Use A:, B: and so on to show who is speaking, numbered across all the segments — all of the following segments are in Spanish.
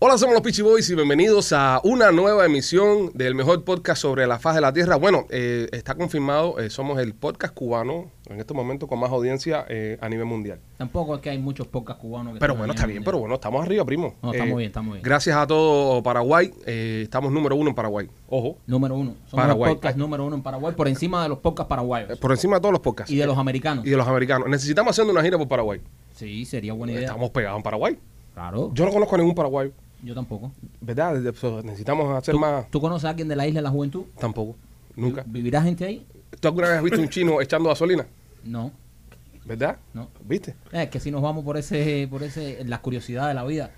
A: Hola, somos los Peachy Boys y bienvenidos a una nueva emisión del mejor podcast sobre la faz de la Tierra. Bueno, eh, está confirmado, eh, somos el podcast cubano en estos momentos con más audiencia eh, a nivel mundial.
B: Tampoco es que hay muchos podcasts cubanos que
A: Pero
B: tengan
A: bueno, está bien,
B: dinero.
A: pero bueno, estamos arriba, primo. Eh,
B: No, estamos bien, estamos bien.
A: Gracias a todo Paraguay, eh, estamos número uno en Paraguay. Ojo, eh,
B: Número uno. Somos
A: Paraguay.
B: el podcast número uno en Paraguay, por encima de los podcasts
A: eh,
B: paraguayos
A: por encima de todos los podcasts.
B: y de los americanos.
A: Y de los americanos. Necesitamos haciendo una gira por Paraguay.
B: Sí, sería buena idea.
A: Estamos pegados en Paraguay.
B: Claro, yo,
A: Yo no conozco a ningún paraguayo,
B: tampoco.
A: ¿verdad? Desde- pues, Necesitamos hacer
B: ¿Tú,
A: más.
B: tú conoces a alguien de la isla de la juventud?
A: Tampoco, nunca.
B: ¿Vivirá gente ahí?
A: ¿Tú alguna vez has visto un chino echando gasolina?
B: No,
A: ¿Verdad?
B: no.
A: ¿Viste?
B: Es que si nos vamos por ese, por ese, la curiosidad de la vida,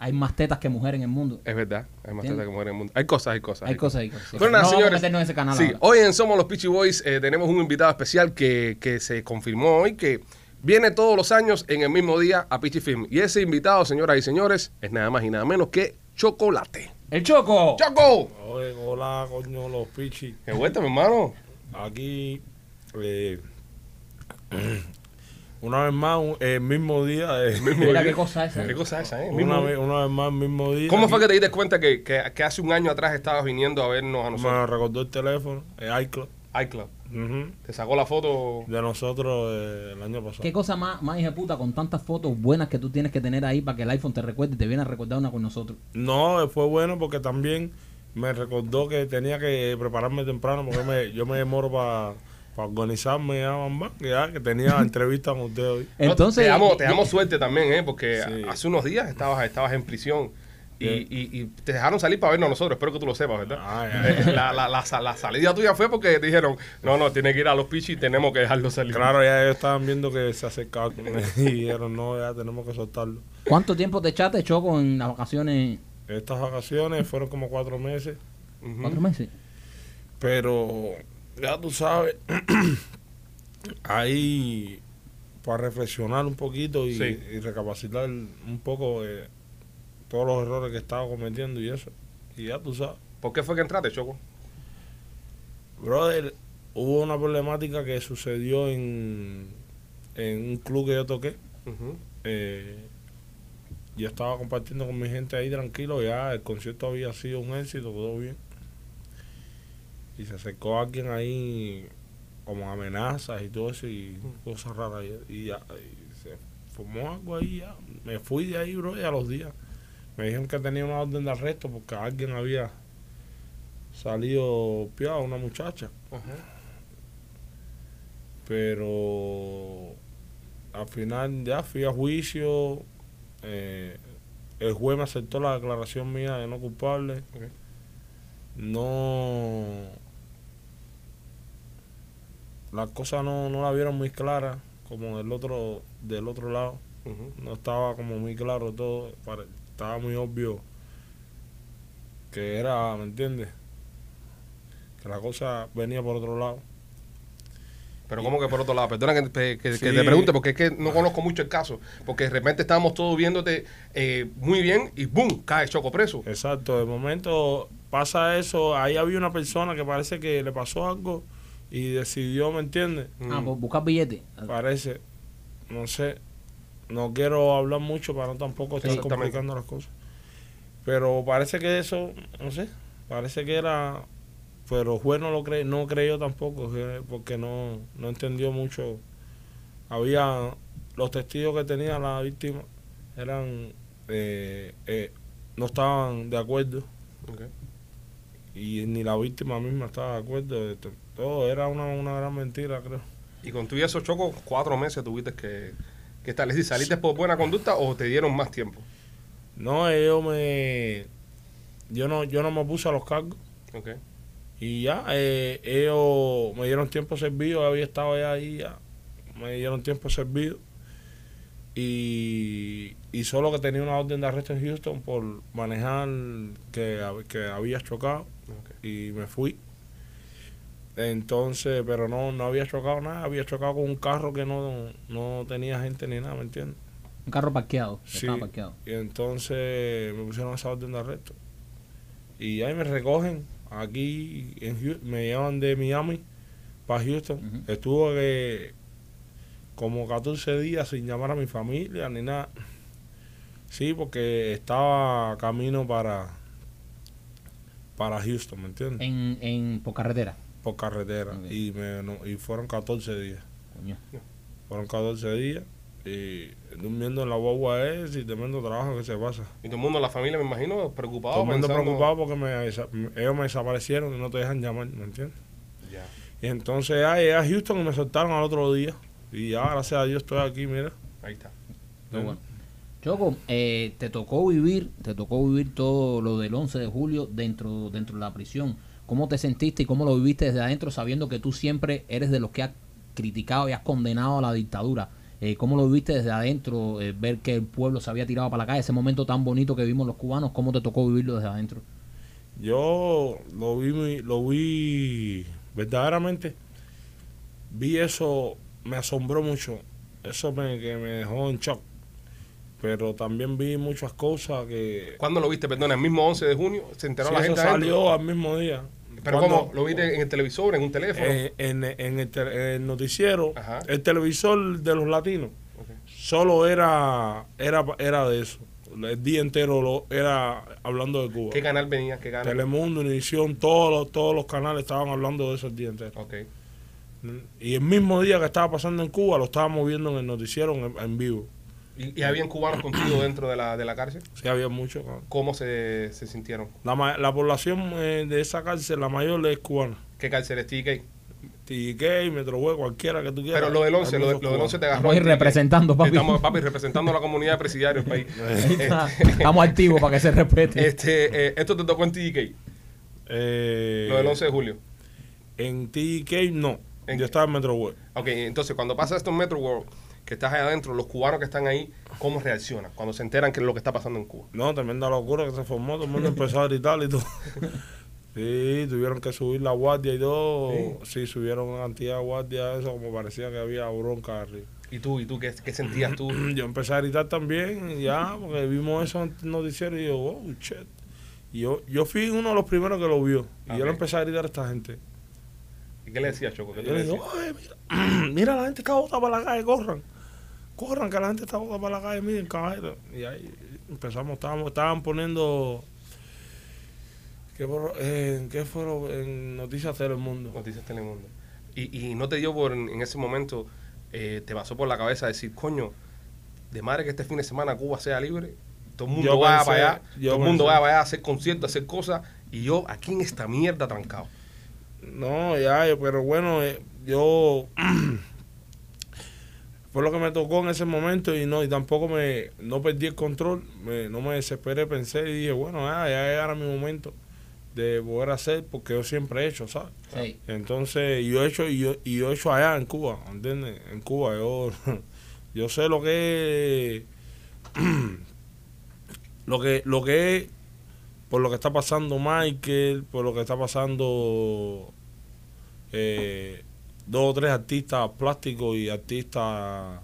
B: hay más tetas que mujeres en el mundo.
A: Es verdad, hay más
B: ¿Entiendes?
A: tetas que mujeres en el mundo. Hay cosas, hay cosas.
B: Hay cosas, hay cosas.
A: Pero nada,
B: no vamos a
A: señores.
B: meternos en ese canal
A: sí, oh,
B: ahora.
A: hoy en Somos los Peachy Boys eh, tenemos un invitado especial que, que se confirmó hoy que viene todos los años en el mismo día a Peachy Film. Y ese invitado, señoras y señores, es nada más y nada menos que Chocolate.
B: ¡El Choco!
A: ¡Choco!
C: Oye, hola, coño, los pichis.
A: ¡Qué vuelta, mi hermano!
C: Aquí, eh, una vez más, un- el mismo día. eh,
B: Mira qué cosa esa.
A: ¿Qué cosa es esa, eh?
C: una,
A: Mismo-
C: vez, una vez más, el mismo día.
A: ¿Cómo fue que te diste cuenta que, que- que hace un año atrás estabas viniendo a vernos a
C: Me
A: nosotros?
C: recordó el teléfono, el iCloud,
A: iCloud.
C: ujú,
A: Te sacó la foto.
C: de nosotros eh, el año pasado.
B: ¿Qué cosa más, más hija de puta con tantas fotos buenas que tú tienes que tener ahí para que el iPhone te recuerde y te viene a recordar una con nosotros?
C: No, eh, fue bueno porque también me recordó que tenía que prepararme temprano porque me- yo me demoro para organizarme ya, bamba, ya, que tenía entrevista con usted hoy.
A: No,
B: Entonces,
A: te damos, te
B: y-
A: damos suerte también, ¿eh? Porque
C: Sí.
A: hace unos días estabas, estabas en prisión y,
C: Bien.
A: y- y te dejaron salir para vernos a nosotros. Espero que tú lo sepas, ¿verdad?
C: Ay, ay.
A: Eh, La, la- la sa- la salida tuya fue porque te dijeron, no, no, tiene que ir a los pichis y tenemos que dejarlo salir.
C: Claro, ya ellos estaban viendo que se acercaba con él y dijeron, no, ya tenemos que soltarlo.
B: ¿cuánto tiempo te echaste, Choco, en las vacaciones?
C: Estas vacaciones fueron como cuatro meses,
A: Ujú.
B: ¿Cuatro meses?
C: pero ya tú sabes, ahí para reflexionar un poquito y,
A: Sí.
C: y recapacitar un poco eh, todos los errores que estaba cometiendo y eso. Y ya tú sabes,
A: ¿Por qué fue que entraste, Choco?
C: brother, hubo una problemática que sucedió en, en un club que yo toqué.
A: Ujú.
C: eh, yo estaba compartiendo con mi gente ahí tranquilo, ya el concierto había sido un éxito, todo bien. Y se acercó alguien ahí como amenazas y todo eso y cosas raras. Y, y ya, y se formó algo ahí ya. Me fui de ahí, bro, y a los días. Me dijeron que tenía una orden de arresto porque alguien había salido piado, una muchacha.
A: Ajá.
C: pero al final ya fui a juicio, eh, el juez me aceptó la declaración mía de no culpable,
A: Ok.
C: no las cosas no, no la vieron muy claras como del otro del otro lado
A: Ujú.
C: no estaba como muy claro todo, pare- estaba muy obvio que era, ¿me entiendes? Que la cosa venía por otro lado.
A: Pero como que por otro lado, perdona que, que- que- que
C: Sí.
A: te pregunte, porque es que no conozco mucho el caso, porque de repente estábamos todos viéndote eh, muy bien y ¡boom! cae Choco preso.
C: Exacto, de momento pasa eso, ahí había una persona que parece que le pasó algo y decidió, ¿me entiendes?
A: Mm.
B: Ah, por buscar billetes.
A: Ah.
C: Parece, no sé, no quiero hablar mucho para no tampoco estar
A: Exactamente.
C: complicando las cosas. Pero parece que eso, no sé, parece que era, pero el juez no lo cre, no creyó tampoco, eh, porque no, no entendió mucho. Había los testigos que tenía la víctima eran eh, eh, no estaban de acuerdo
A: Ok.
C: y ni la víctima misma estaba de acuerdo. de to- Todo era una, una gran mentira, creo.
A: Y con tu y esos chocos, cuatro meses tuviste que, que establecer. ¿Saliste por buena conducta o te dieron más tiempo?
C: No, ellos me. Yo no, yo no me puse a los cargos.
A: Ok.
C: Y ya, eh, ellos me dieron tiempo servido, había estado ya ahí, ya. Me dieron tiempo servido. Y, y solo que tenía una orden de arresto en Houston por manejar que, hab- que había chocado.
A: Ok.
C: y me fui. Entonces, pero no, no había chocado nada, había chocado con un carro que no, no tenía gente ni nada, ¿me entiendes?
B: Un carro parqueado. que Estaba parqueado.
C: Y entonces me pusieron esa orden de arresto. Y ahí me recogen aquí, en Hu- me llevan de Miami para Houston.
B: Ujú.
C: Estuve eh, como 14 días sin llamar a mi familia ni nada. Sí, porque estaba camino para para Houston, ¿me entiendes?
B: En, en, por carretera.
C: Por carretera.
B: Ok.
C: Y, me, no- y fueron 14 días.
B: Coño.
C: Fueron 14 días y durmiendo en la guagua es y tremendo trabajo que se pasa.
A: Y todo el mundo, la familia, me imagino, preocupado.
C: Todo el mundo
A: pensando-
C: preocupado porque me desa- me- ellos me desaparecieron y no te dejan llamar, ¿me entiendes?
A: Ya.
C: Y entonces ya llegué a Houston y me soltaron al otro día. Y ya, gracias a Dios, estoy aquí, mira.
A: Ahí está.
B: Qué bueno. Choco, eh, te tocó vivir, te tocó vivir todo lo del 11 de julio dentro, dentro de la prisión. ¿Cómo te sentiste y cómo lo viviste desde adentro sabiendo que tú siempre eres de los que has criticado y has condenado a la dictadura? Eh, ¿Cómo lo viviste desde adentro, eh, ver que el pueblo se había tirado para la calle, ese momento tan bonito que vimos los cubanos, cómo te tocó vivirlo desde adentro?
C: Yo lo vi, muy- lo vi verdaderamente. Vi eso, me asombró mucho. Eso me, que me dejó en shock. Pero también vi muchas cosas que.
A: ¿Cuándo lo viste? Perdona, el mismo 11 de junio se enteró
C: Sí,
A: la
C: eso
A: gente.
C: salió
A: adentro.
C: al mismo día.
A: Pero
C: Cuando-
A: ¿cómo? ¿Lo viste en el televisor, en un teléfono?
C: Eh, en, en el, tel- en el noticiero,
A: Ajá.
C: el televisor de los latinos,
A: Ok.
C: solo era, era, era de eso. El día entero lo, era hablando de Cuba.
A: ¿Qué canal venía? ¿Qué canal?
C: Telemundo, Univisión, todos los, todos los canales estaban hablando de eso el día entero.
A: Ok.
C: Y el mismo día que estaba pasando en Cuba, lo estábamos viendo en el noticiero en, en vivo.
A: ¿Y, y habían cubanos contigo dentro de la, de la cárcel?
C: Sí, había mucho. ¿no?
A: ¿Cómo se, se sintieron?
C: La, ma- la población eh, de esa cárcel, la mayor es cubana.
A: ¿Qué cárcel es TK?
C: TK, Metro Hue, cualquiera que tú quieras.
A: Pero lo del 11,
C: hay
A: lo, de-
C: muchos
A: lo del
C: cubanos.
A: 11 te agarró.
B: Estamos ahí
A: TK.
B: representando, papi.
A: Estamos, papi, representando a la comunidad presidiaria del país. Este,
B: Estamos activos para que se respete.
A: este, eh, esto te tocó en TK,
C: Eh,
A: lo del 11 de julio.
C: En TK no.
A: ¿En qué?
C: Yo estaba en Metro World.
A: Ok, entonces cuando pasa esto en Metro World, que estás ahí adentro, los cubanos que están ahí, ¿cómo reaccionan cuando se enteran que es lo que está pasando en Cuba?
C: No, tremenda locura que se formó. Todo el mundo empezó a gritar y todo. Sí, tuvieron que subir la guardia y todo. Sí, subieron una cantidad de guardias, eso como parecía que había bronca arriba.
A: ¿Y tú, y tú qué, qué sentías tú?
C: Yo empecé a gritar también, y ya, porque vimos eso en el noticiero y yo, wow, shit. Y yo, yo fui uno de los primeros que lo vio. Y yo
A: Ok.
C: le empecé a gritar a esta gente.
A: ¿Y qué le decías, Choco? ¿Qué
C: Y
A: tú
C: yo
A: le
C: le digo,
A: decías?
C: "Oye, mira, mira, la gente está bota para la calle, corran. Corran, que la gente está bota para la calle, miren, caballero. Y ahí empezamos, estábamos, estaban poniendo. ¿Qué, por- eh, ¿qué fueron en Noticias Telemundo?
A: Noticias Telemundo. Y, y no te dio por, en ese momento, eh, te pasó por la cabeza decir, coño, de madre que este fin de semana Cuba sea libre, todo el mundo
C: Yo
A: vaya
C: pensé-
A: para allá,
C: yo
A: todo el mundo
C: pensé.
A: vaya para allá a hacer conciertos, a hacer cosas, y yo aquí en esta mierda trancado.
C: No, ya, eh, pero bueno, eh, yo. Fue lo que me tocó en ese momento y no y tampoco me no perdí el control, me- no me desesperé, pensé y dije, bueno, ya, ya era mi momento de poder hacer porque yo siempre he hecho, ¿sabes?
B: Sí.
C: Entonces, yo he hecho, y yo, y yo he hecho allá en Cuba, ¿entiendes? En Cuba, yo, yo sé lo que es- lo que, lo que es, por lo que está pasando Michael, por lo que está pasando eh, dos o tres artistas plásticos y artistas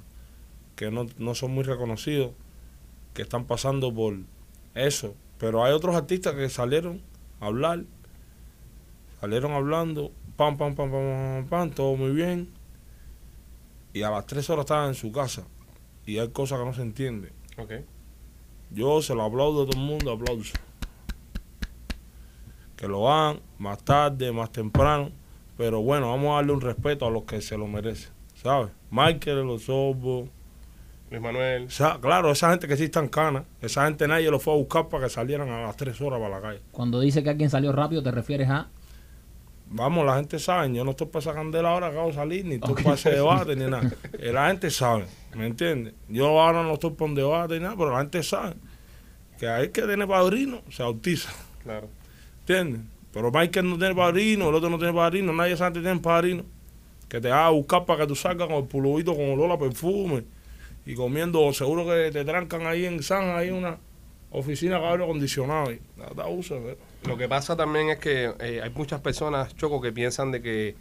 C: que no, no son muy reconocidos, que están pasando por eso. Pero hay otros artistas que salieron a hablar Salieron hablando, pam, pam, pam, pam, pam, pam, todo muy bien. Y a las tres horas estaban en su casa. Y hay cosas que no se entienden.
A: Ok.
C: Yo se lo aplaudo a todo el mundo, aplauso. Que lo hagan más tarde, más temprano. Pero bueno, vamos a darle un respeto a los que se lo merecen. ¿Sabes? Michael, los Orbos.
A: Luis Manuel.
C: O sea, claro, esa gente que sí está en cana. Esa gente nadie lo fue a buscar para que salieran a las tres horas para la calle.
B: Cuando dice que alguien salió rápido, te refieres a...
C: Vamos, la gente sabe, yo no estoy para esa candela ahora, acabo de salir, ni estoy
B: Ok.
C: para ese debate, ni nada. Eh, La gente sabe, ¿me entiendes? Yo ahora no estoy para un debate ni nada, pero la gente sabe que hay que tener padrino, se bautiza,
A: Claro.
C: ¿entiendes? Pero Michael no tiene padrino, el otro no tiene padrino, nadie sabe que tiene padrino. Que te va a buscar para que tú salgas con el pulubito con olor a perfume y comiendo, seguro que te trancan ahí en San, ahí en una oficina con aire acondicionado. Y, da, da uso, pero-
A: Lo que pasa también es que eh, hay muchas personas, Choco, que piensan de que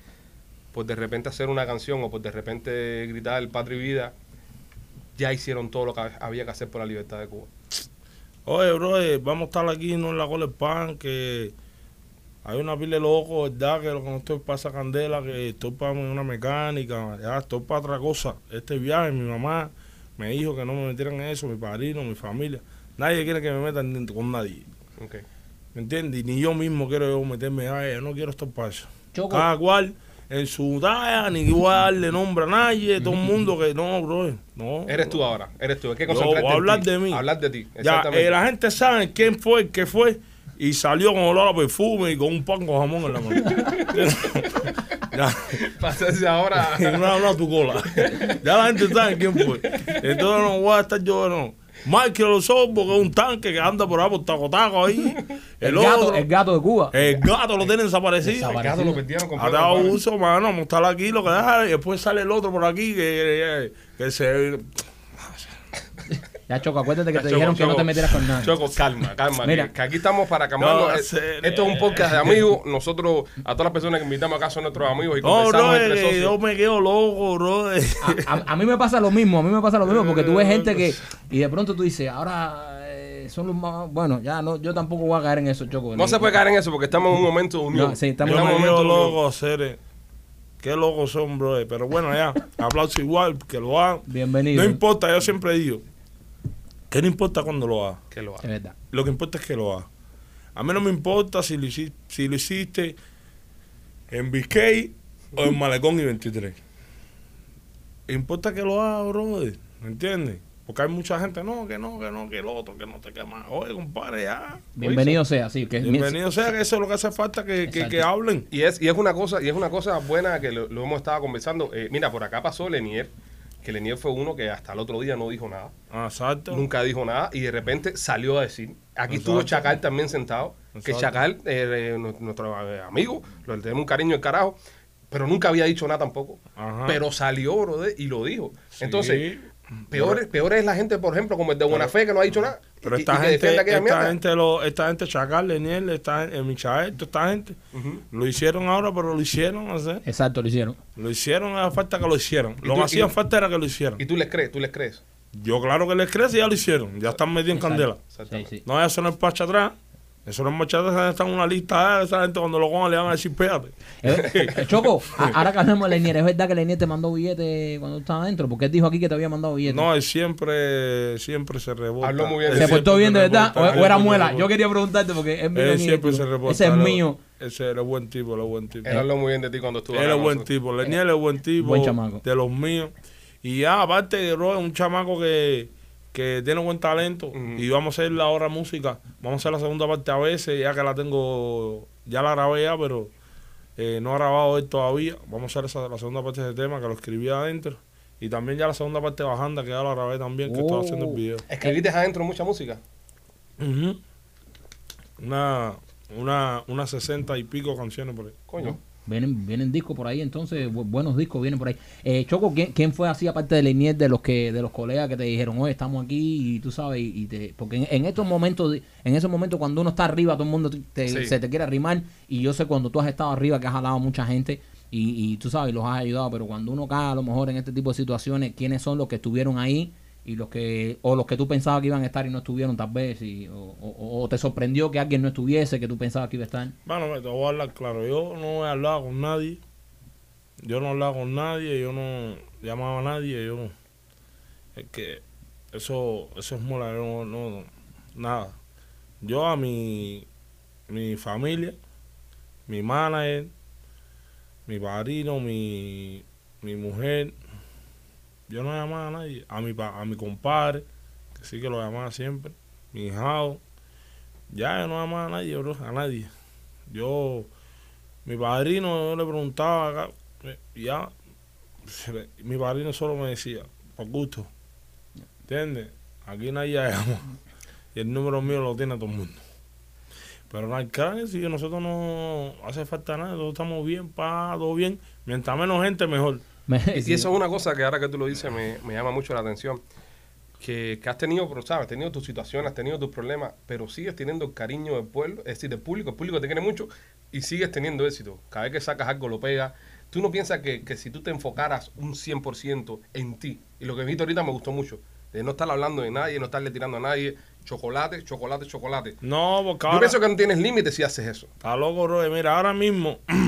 A: por de repente hacer una canción o por de repente gritar el patria y vida, ya hicieron todo lo que había que hacer por la libertad de Cuba.
C: Oye, bro, eh, vamos a estar aquí, no en la cola del pan, que hay una pila de locos, ¿verdad? Que lo que no estoy para esa candela, que estoy para una mecánica, ya estoy para otra cosa. Este viaje, mi mamá me dijo que no me metieran en eso, mi padrino, mi familia. Nadie quiere que me metan dentro con nadie.
A: Ok.
C: ¿Me entiendes? Y Ni yo mismo quiero yo meterme a yo no quiero estos pasos.
B: Choco.
C: Cada cual en su talla, ni igual le nombra a nadie, todo el mundo que no, bro, no.
A: Eres tú ahora, eres tú. Hay que
C: Yo
A: concentrarte
C: voy a
A: en
C: hablar
A: ti.
C: de mí.
A: Hablar de ti,
C: Ya,
A: exactamente.
C: eh, la gente sabe quién fue, el que fue, y salió con olor a perfume y con un pan con jamón en la mano. ya.
A: Pasarse ahora.
C: no ha hablado tu cola. ya la gente sabe quién fue. Entonces no voy a estar yo, no. Michael Osorbo, que es un tanque que anda por ahí por taco taco ahí. El,
B: El,
C: otro,
B: gato, el gato de Cuba.
C: el gato lo tienen desaparecido.
A: El gato lo perdieron con
C: Ahora uso, mano, vamos a estar aquí, lo que da, y después sale el otro por aquí que, que, que se...
B: Ya, Choco, acuérdate que te
A: Choco,
B: dijeron que no
A: Choco,
B: te metieras con nadie.
A: Choco, calma, calma.
B: Mira.
A: que, que aquí estamos para calmarnos.
C: No,
A: Eh,
C: se-
A: Esto es un podcast
C: eh.
A: de amigos. Nosotros, a todas las personas que invitamos acá son nuestros amigos y
C: No,
A: conversamos
C: bro,
A: entre
C: que yo
A: socios.
C: me quedo loco, bro.
B: A, a- a mí me pasa lo mismo, a mí me pasa lo mismo, porque tú ves gente que. Y de pronto tú dices, ahora eh, son los más. Bueno, ya no, yo tampoco voy a caer en eso, Choco.
A: No se puede caer en eso porque estamos en un momento de unión.
B: No, sí,
C: Yo
A: en
B: estamos-
C: me
A: un
C: quedo
A: momento de unión.
C: loco, Cere. Qué locos son, bro. Pero bueno, ya, aplauso igual, que lo hagan.
B: Bienvenido.
C: No importa, yo siempre digo que no importa cuando lo haga.
A: Que lo haga.
B: Es verdad.
C: Lo que importa es que lo haga. A mí no me importa si lo hiciste, si lo hiciste en Biscay o en Malecón y 23. Importa que lo haga, brother. ¿Me entiendes? Porque hay mucha gente, no, que no, que no, que el otro, que no te quema. Oye, compadre, ya.
B: Bienvenido sea, sí. Que,
C: Bienvenido sea, que eso es lo que hace falta, que, que, que
B: Exacto.
C: hablen.
A: Y es, y es una cosa, y es una cosa buena que lo, lo hemos estado conversando. Eh, mira, por acá pasó Lenier, que Lenier fue uno que hasta el otro día no dijo nada.
C: Ah, Exacto.
A: Nunca dijo nada y de repente salió a decir. Aquí
C: Exacto.
A: estuvo Chacal también sentado. Que
C: Exacto.
A: Chacal, eh, eh, nu- nuestro eh, amigo, lo- le tenemos un cariño del carajo, pero nunca había dicho nada tampoco.
C: Ajá.
A: Pero salió, brother, y lo dijo.
C: Sí.
A: Entonces, peor, es- peor es la gente, por ejemplo, como el de Buena Fe, que no ha dicho nada.
C: Pero
A: y-
C: esta
A: y que
C: gente,
A: defiende aquella
C: esta
A: mierda.
C: gente, lo, esta gente, Chacal, Leniel, esta, eh, Michael, toda esta gente, lo hicieron ahora, pero lo hicieron, no sé.
B: Exacto, lo hicieron.
C: Lo hicieron, era falta que lo hicieran. Lo
A: tú-
C: que hacían
A: y-
C: falta era que lo hicieran.
A: Y tú les crees, tú les crees.
C: Yo, claro que les crece, ya lo hicieron. Ya están metidos en candela.
B: Sí, sí.
C: No, eso no es marcha atrás. Eso no es marcha atrás, está en una lista. eh, Esa gente cuando lo cojan le van a decir, espérate.
B: Eh, eh, Choco, a- ahora que hablamos de Lenier, ¿es verdad que Lenier te mandó billete cuando tú estabas adentro? Porque él dijo aquí que te había mandado billete.
C: No, él siempre, siempre se rebota.
A: Habló muy bien.
C: Él
A: Se
B: ¿Se
C: siempre
B: portó bien de verdad
C: rebota,
B: o,
C: él
B: o era
C: siempre
B: muela?
C: rebota.
B: Yo quería preguntarte porque es mío.
C: Él
B: ni
C: siempre
B: de
C: se
B: tú.
C: rebota.
B: Ese es
C: él-
B: mío.
C: Ese era buen tipo, era buen tipo.
A: Él
B: Eh.
A: habló muy bien de ti cuando estuvo
C: Él
A: acá
C: es
A: con
C: buen
A: nosotros.
C: tipo, Leniel es buen tipo.
B: Buen chamaco.
C: De los míos. Y ya, aparte, bro, es un chamaco que, que tiene buen talento.
A: Ujú.
C: Y vamos a hacer la hora música. Vamos a hacer la segunda parte a veces, ya que la tengo. Ya la grabé ya, pero eh, no ha grabado él todavía. Vamos a hacer esa, la segunda parte de ese tema, que lo escribí adentro. Y también ya la segunda parte de Bajanda, que ya la grabé también, que
B: Oh.
C: estaba haciendo el video.
A: Escribiste adentro mucha música.
C: Ujú. Una. Una, unas 60 y pico canciones por ahí.
A: Coño.
B: Vienen, vienen discos por ahí, entonces, bu- buenos discos vienen por ahí. Eh, Choco, ¿quién, quién fue así aparte de Lenier de los que de los colegas que te dijeron, oye, estamos aquí y tú sabes, y, y te, porque en, en estos momentos, de- en esos momentos cuando uno está arriba, todo el mundo te- te-
A: Sí.
B: se te quiere arrimar y yo sé cuando tú has estado arriba que has jalado a mucha gente y, y tú sabes, los has ayudado, pero cuando uno cae a lo mejor en este tipo de situaciones, ¿quiénes son los que estuvieron ahí? Y los que, o los que tú pensabas que iban a estar y no estuvieron tal vez, y, o, o- o te sorprendió que alguien no estuviese, que tú pensabas que iba a estar.
C: Bueno, me- te voy a hablar claro. Yo no he hablado con nadie. Yo no hablaba con nadie. Yo no llamaba a nadie. Yo no. Es que eso, eso es mola. yo no, no- no, nada. Yo a mi, mi familia, mi manager, mi padrino, mi, mi mujer. Yo no llamaba a nadie. A mi, pa- a mi compadre, que sí que lo llamaba siempre. Mi hijado. Ya, yo no llamaba a nadie, bro. A nadie. Yo, mi padrino, yo le preguntaba acá, eh, ya, se le- mi padrino solo me decía, por gusto, ¿entiendes? Aquí nadie llama y el número mío lo tiene todo el mundo. Pero en Alcalá, si nosotros no hace falta nada, todos estamos bien, pa, todo bien, mientras menos gente, mejor.
B: Me-
A: Y,
B: sí.
A: y eso es una cosa que ahora que tú lo dices me, me llama mucho la atención. Que, que has tenido, pero, sabes, has tenido tus situaciones, has tenido tus problemas, pero sigues teniendo el cariño del pueblo, es decir, del público, el público te quiere mucho y sigues teniendo éxito. Cada vez que sacas algo lo pega. Tú no piensas que, que si tú te enfocaras un 100% en ti, y lo que viste ahorita me gustó mucho, de no estar hablando de nadie, no estarle tirando a nadie, chocolate, chocolate, chocolate.
C: No, porque ahora...
A: Yo pienso que no tienes límites si haces eso.
C: Está loco, bro. Mira, ahora mismo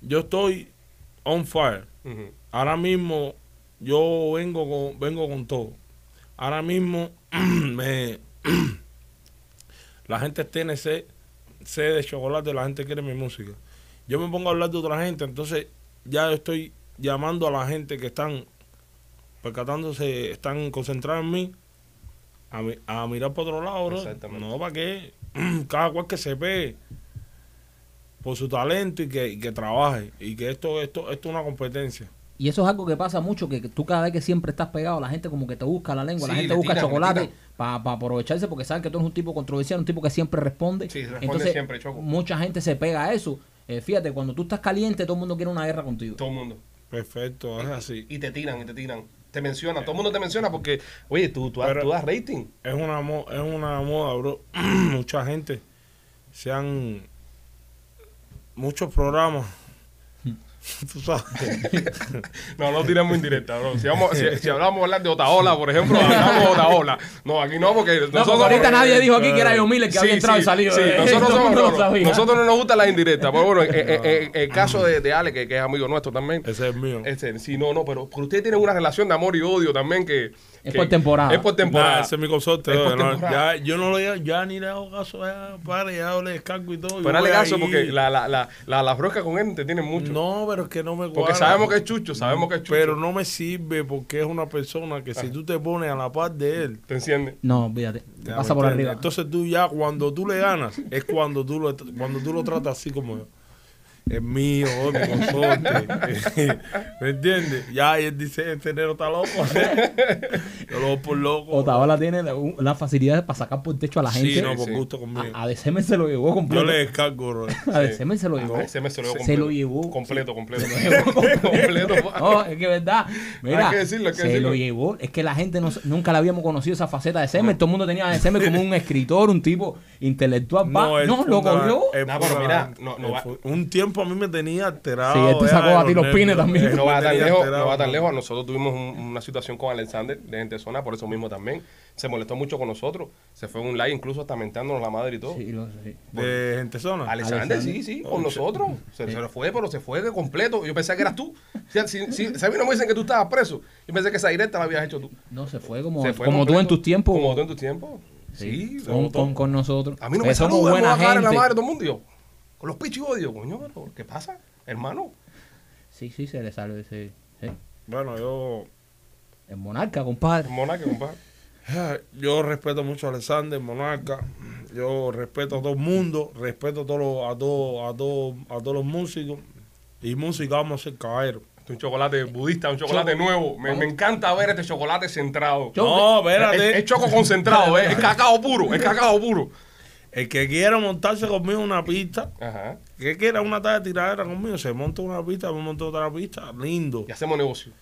C: yo estoy on fire.
A: Ujú.
C: Ahora mismo yo vengo con, vengo con todo. Ahora mismo me, la gente tiene sed, sed de chocolate, la gente quiere mi música. Yo me pongo a hablar de otra gente, entonces ya estoy llamando a la gente que están percatándose, están concentrados en mí, a, mi- a mirar por otro lado, bro.
A: Exactamente.
C: No, ¿para qué? Cada cual que se pegue por su talento y que, y que trabaje. Y que esto, esto, esto es una competencia.
B: Y eso es algo que pasa mucho, que tú cada vez que siempre estás pegado, la gente como que te busca la lengua, la
A: Sí,
B: gente
A: le
B: busca
A: tiran, le
B: chocolate
A: tiran.
B: para aprovecharse porque saben que tú eres un tipo controversial, un tipo que siempre responde.
A: Sí, responde
B: Entonces,
A: siempre, Choco.
B: mucha gente se pega a eso. Eh, fíjate, cuando tú estás caliente, todo el mundo quiere una guerra contigo.
A: Todo el mundo.
C: Perfecto, es así.
A: Y te tiran, y te tiran. Te menciona, todo el mundo te menciona porque, oye, tú, tú,
C: Pero-
A: tú das rating.
C: Es una, mo- es una moda, bro. Mucha gente se han. Muchos programas. Tú sabes.
A: No, no tiramos indirecta, bro. Si, vamos, si, si hablamos de hablar de Otaola, por ejemplo, hablamos de Otaola. No, aquí no, porque
B: No, porque ahorita nadie dijo aquí que era John Miller que había entrado y salido.
A: Eh, sí,
B: Eh,
A: nosotros,
B: todo el
A: somos,
B: mundo
A: no,
B: lo
A: no,
B: sabía.
A: nosotros no nos gustan las indirectas. Pero bueno, eh, eh, eh, el caso de, de Ale, que, que es amigo nuestro también.
C: Ese es mío.
A: Este, sí, no, no, pero, pero ustedes tienen una relación de amor y odio también que...
B: Es
A: que-
B: por temporada.
A: Es por temporada.
C: Nah, ese es mi consorte.
A: Es por
C: bro, no,
A: temporada.
C: ya, yo no le ya ni le hago caso, ya, padre, ya le descargo y todo. y
A: pero
C: voy
A: Ale caso
C: ahí.
A: porque la, la, la, la, la bronca con él te tienen mucho.
C: No, pero es que no me cuadra.
A: porque sabemos que es chucho, sabemos que es chucho.
C: Pero no me sirve porque es una persona que si tú te pones a la par de él.
A: ¿Te enciende?
B: No, fíjate,
C: ya,
B: pasa
C: ¿me
B: por
C: entiendes?
B: arriba.
C: Entonces tú ya, cuando tú le ganas, es cuando tú lo, cuando tú lo tratas así como yo. Es mío, es mi consorte. ¿Me entiendes? Ya, y él dice, este negro está loco. yo lo doy por loco.
B: Otaola tiene la, un- la facilidad para sacar por techo a la gente. Ah,
C: Sí, no, por
A: Sí. pues,
C: gusto conmigo.
B: a, a DCM se lo llevó completo.
C: Yo le descargo, bro.
B: A DCM se lo llevó.
A: Ah, ese me se lo llevó
B: Se lo
A: completo. Completo,
B: llevó.
A: completo.
B: No,
A: completo.
B: es que es verdad. Mira,
A: Hay que decirlo, hay que
B: se
A: decirlo.
B: lo llevó. Es que la gente no- nunca la habíamos conocido esa faceta de Semer. Todo el mundo tenía a Semer como un escritor, un tipo intelectual. No,
C: él
B: no
C: fue
B: lo
C: una-
B: corrió.
C: él
A: No,
C: fue
A: pero
C: una-
A: mira, no- no
C: él
A: va-
C: fue- Un tiempo a mí me tenía alterado.
B: Sí, él te
C: ya,
B: sacó
C: de
B: a
C: los
B: ti los
C: nervios.
B: pines también.
C: Él
A: No
C: me
A: va tan
C: tenía
A: lejos,
C: alterado,
A: no va tan
C: bro.
A: lejos. Nosotros tuvimos un- una situación con Alexander de gente zona, por eso mismo también. Se molestó mucho con nosotros. Se fue a un live incluso hasta mentándonos la madre y todo.
B: Sí, lo- sí.
C: De gente zona.
A: Alexander,
B: Alexander.
A: sí, sí,
C: Oh,
A: con nosotros. Se, se lo fue, pero se fue de completo. Yo pensé que eras tú. Si, si, si- si a mí no me dicen que tú estabas preso, yo pensé que esa directa la habías hecho tú.
B: No, se fue como,
A: Se fue
B: como tú
A: completo.
B: en tus tiempos.
A: Como tú en tus tiempos. Sí,
B: Sí,
A: se
B: con,
A: votó.
B: con- con nosotros.
A: A mí no
B: Que
A: me
B: somos
A: saludan, me voy
B: buena
A: a cagar en la
B: gente.
A: madre de todo el mundo. Y yo, con los pichos odio, coño, pero ¿qué pasa, hermano?
B: Sí, sí, se le sale. Sí, sí.
C: Bueno, yo.
B: El monarca, compadre.
A: Mona, que Este compadre.
C: Yo respeto mucho a Alexander, Monarca. Yo respeto a todo el mundo. Respeto a todos los- a todos a todos- a todos los músicos. Y música vamos a ser caballeros.
A: Este es Un chocolate budista, un chocolate
B: Choco.
A: nuevo. Me, me encanta ver este chocolate centrado.
B: Choco.
C: No,
A: Es,
C: espérate.
A: es choco concentrado, ¿eh? es cacao puro, es cacao puro.
C: El que quiera montarse conmigo en una pista,
A: Ajá.
C: que quiera una tarde tiradera conmigo, se monta una pista, me monta otra pista, lindo.
A: Y hacemos negocio.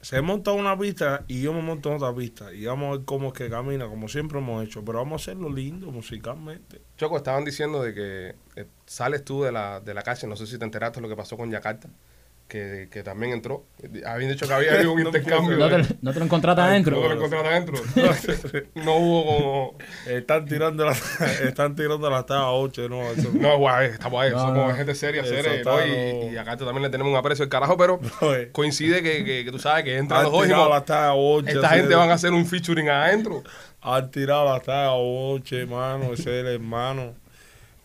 C: se monta una pista y yo me monto en otra pista. Y vamos a ver cómo es que camina, como siempre hemos hecho. Pero vamos a hacerlo lindo musicalmente.
A: Choco, estaban diciendo de que eh, sales tú de la, de la cárcel. No sé si te enteraste lo que pasó con Yakarta, que, que también entró. Habían dicho que había habido un
C: No puedo
A: intercambio.
B: No
A: ¿eh?
B: te, no te lo encontraste adentro.
A: No te lo encontraron adentro. No, no hubo como.
C: Están tirando la, están tirando la taba 8, no, eso no.
A: No, guay, estamos ahí.
B: No,
A: somos
B: no.
A: gente seria,
C: Eso
A: seria.
C: está
A: ¿no? Y,
C: no.
A: y acá también le tenemos un aprecio al carajo, pero
C: No, eh.
A: coincide que, que, que tú sabes que entran
C: Han
A: los dos y
C: tirado
A: mo-
C: la taba 8.
A: esta gente van a hacer un featuring adentro.
C: Han tirado la taba 8, hermano. Ese es el hermano.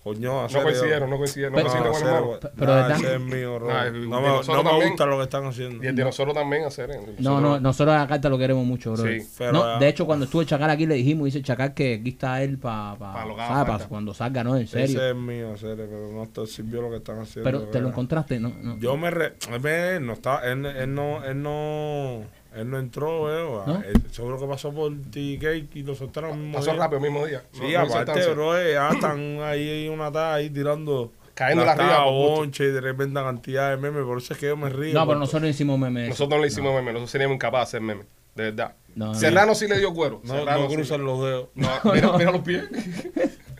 C: Coño,
A: No coincidieron, no coincidieron. No
B: Pero-
A: coincidieron,
C: ese,
A: bueno, hermano.
B: Pero
C: pero
B: están-
C: ese es mío, bro.
A: Ah, y- y
C: no me,
A: nosotros
C: no me
A: también.
C: gusta lo que están
A: Y
C: haciendo.
A: el de nosotros también hacer. ¿eh? Nosotros-
B: No, no, nosotros a Carta lo queremos mucho, bro.
A: Sí,
C: pero
B: no,
C: ya.
B: de hecho, cuando estuvo el Chacal aquí le dijimos, dice el Chacal que aquí está él para
A: Pa lo que haga falta.
B: cuando salga, ¿no? En serio.
C: Ese es mío, ese, pero no te sirvió lo que están haciendo.
B: pero te lo
C: ¿verdad?
B: encontraste, ¿no? no.
C: Yo me, re, me- no está, él, él no, él no, él no entró, veo.
B: ¿No?
C: Él- Seguro que pasó por TK y lo soltaron al mismo
A: Pasó
C: día.
A: rápido el mismo día. No- no hay
C: Sí, aparte,
A: sustancia.
C: bro, eh, ya están ahí hay una tada ahí tirando.
A: Cayendo la
C: tada
A: arriba. por gusto.
C: bonche y de repente cantidad de memes, por eso es que yo me
B: no,
C: río.
B: pero
C: porque-
B: nosotros hicimos memes.
A: Nosotros no le hicimos meme, nosotros seríamos incapaces de hacer meme. De verdad.
B: No, no.
A: Serrano sí le dio cuero.
C: no,
A: Serrano
C: no
A: sí.
C: cruzan los dedos.
A: No, mira, mira los pies.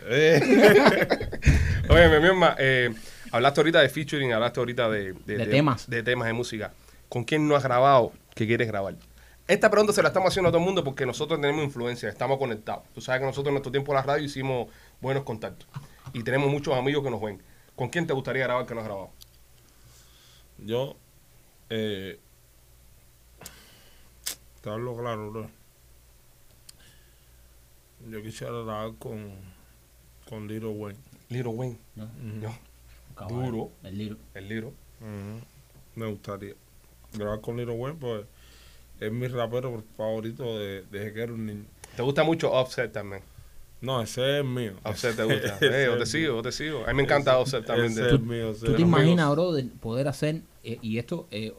C: Eh,
A: Oye, mi misma, eh, hablaste ahorita de featuring, hablaste ahorita de,
B: De temas.
A: De temas de música. ¿Con quién no has grabado? ¿Qué quieres grabar? Esta pregunta se la estamos haciendo a todo el mundo porque nosotros tenemos influencia, estamos conectados. Tú sabes que nosotros en nuestro tiempo en la radio hicimos buenos contactos y tenemos muchos amigos que nos ven. ¿Con quién te gustaría grabar que no has grabado?
C: yo, eh, te hablo claro, bro. Yo quisiera grabar con, con Little Wayne.
A: Little Wayne.
B: ¿no?
C: Ujú.
A: No,
B: Caballero,
A: Duro.
B: El libro.
A: el Little.
C: Ujú. Me gustaría grabar con Little Wayne, pues es mi rapero favorito de, desde que era un niño.
A: ¿Te gusta mucho Offset también?
C: No, ese es mío.
A: Offset te gusta.
C: Ese
A: Eh, yo
C: es
A: te
C: mío.
A: sigo, yo te sigo. A mí me encanta Offset también.
C: Ese
A: de-
C: es mío, ese
B: ¿Tú
C: es
B: te
C: mío.
B: imaginas, bro, de poder hacer, eh, y esto, eh,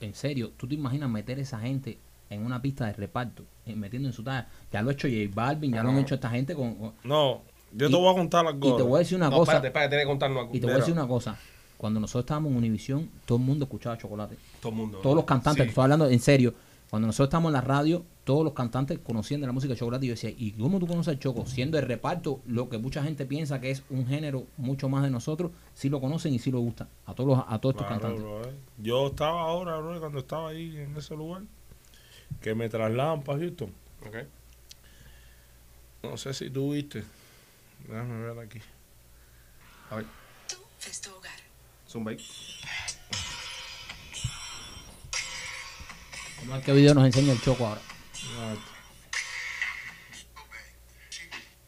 B: en serio, ¿tú te imaginas meter esa gente en una pista de reparto, eh, metiendo en su talla? Ya lo ha hecho J Balvin, ya lo han hecho esta gente con... con-
C: No, yo te
B: Y-
C: voy a contar las
B: y
C: cosas.
B: te voy a decir una
A: No,
B: cosa,
A: espérate, espérate, tienes que contarnos algo.
B: y te voy a decir una cosa. Cuando nosotros estábamos en Univisión, todo el mundo escuchaba Chocolate.
A: Todo el mundo.
B: Todos los cantantes,
A: Sí.
B: te estoy hablando en serio. Cuando nosotros estábamos en la radio, todos los cantantes conocían de la música de Chocolate. Y yo decía, ¿y cómo tú conoces el Choco? Siendo el reparto, lo que mucha gente piensa que es un género mucho más de nosotros, sí lo conocen y sí lo gusta. A todos, los- a todos estos
C: Claro,
B: cantantes.
C: bro, eh. Yo estaba ahora, bro, cuando estaba ahí en ese lugar, que me trasladan para Houston.
A: Ok.
C: No sé si tú viste. Déjame ver aquí.
A: A ver,
D: Tú es tu hogar.
A: zumba ahí.
B: Vamos a ver qué video nos enseña el Choco ahora.
C: Ah,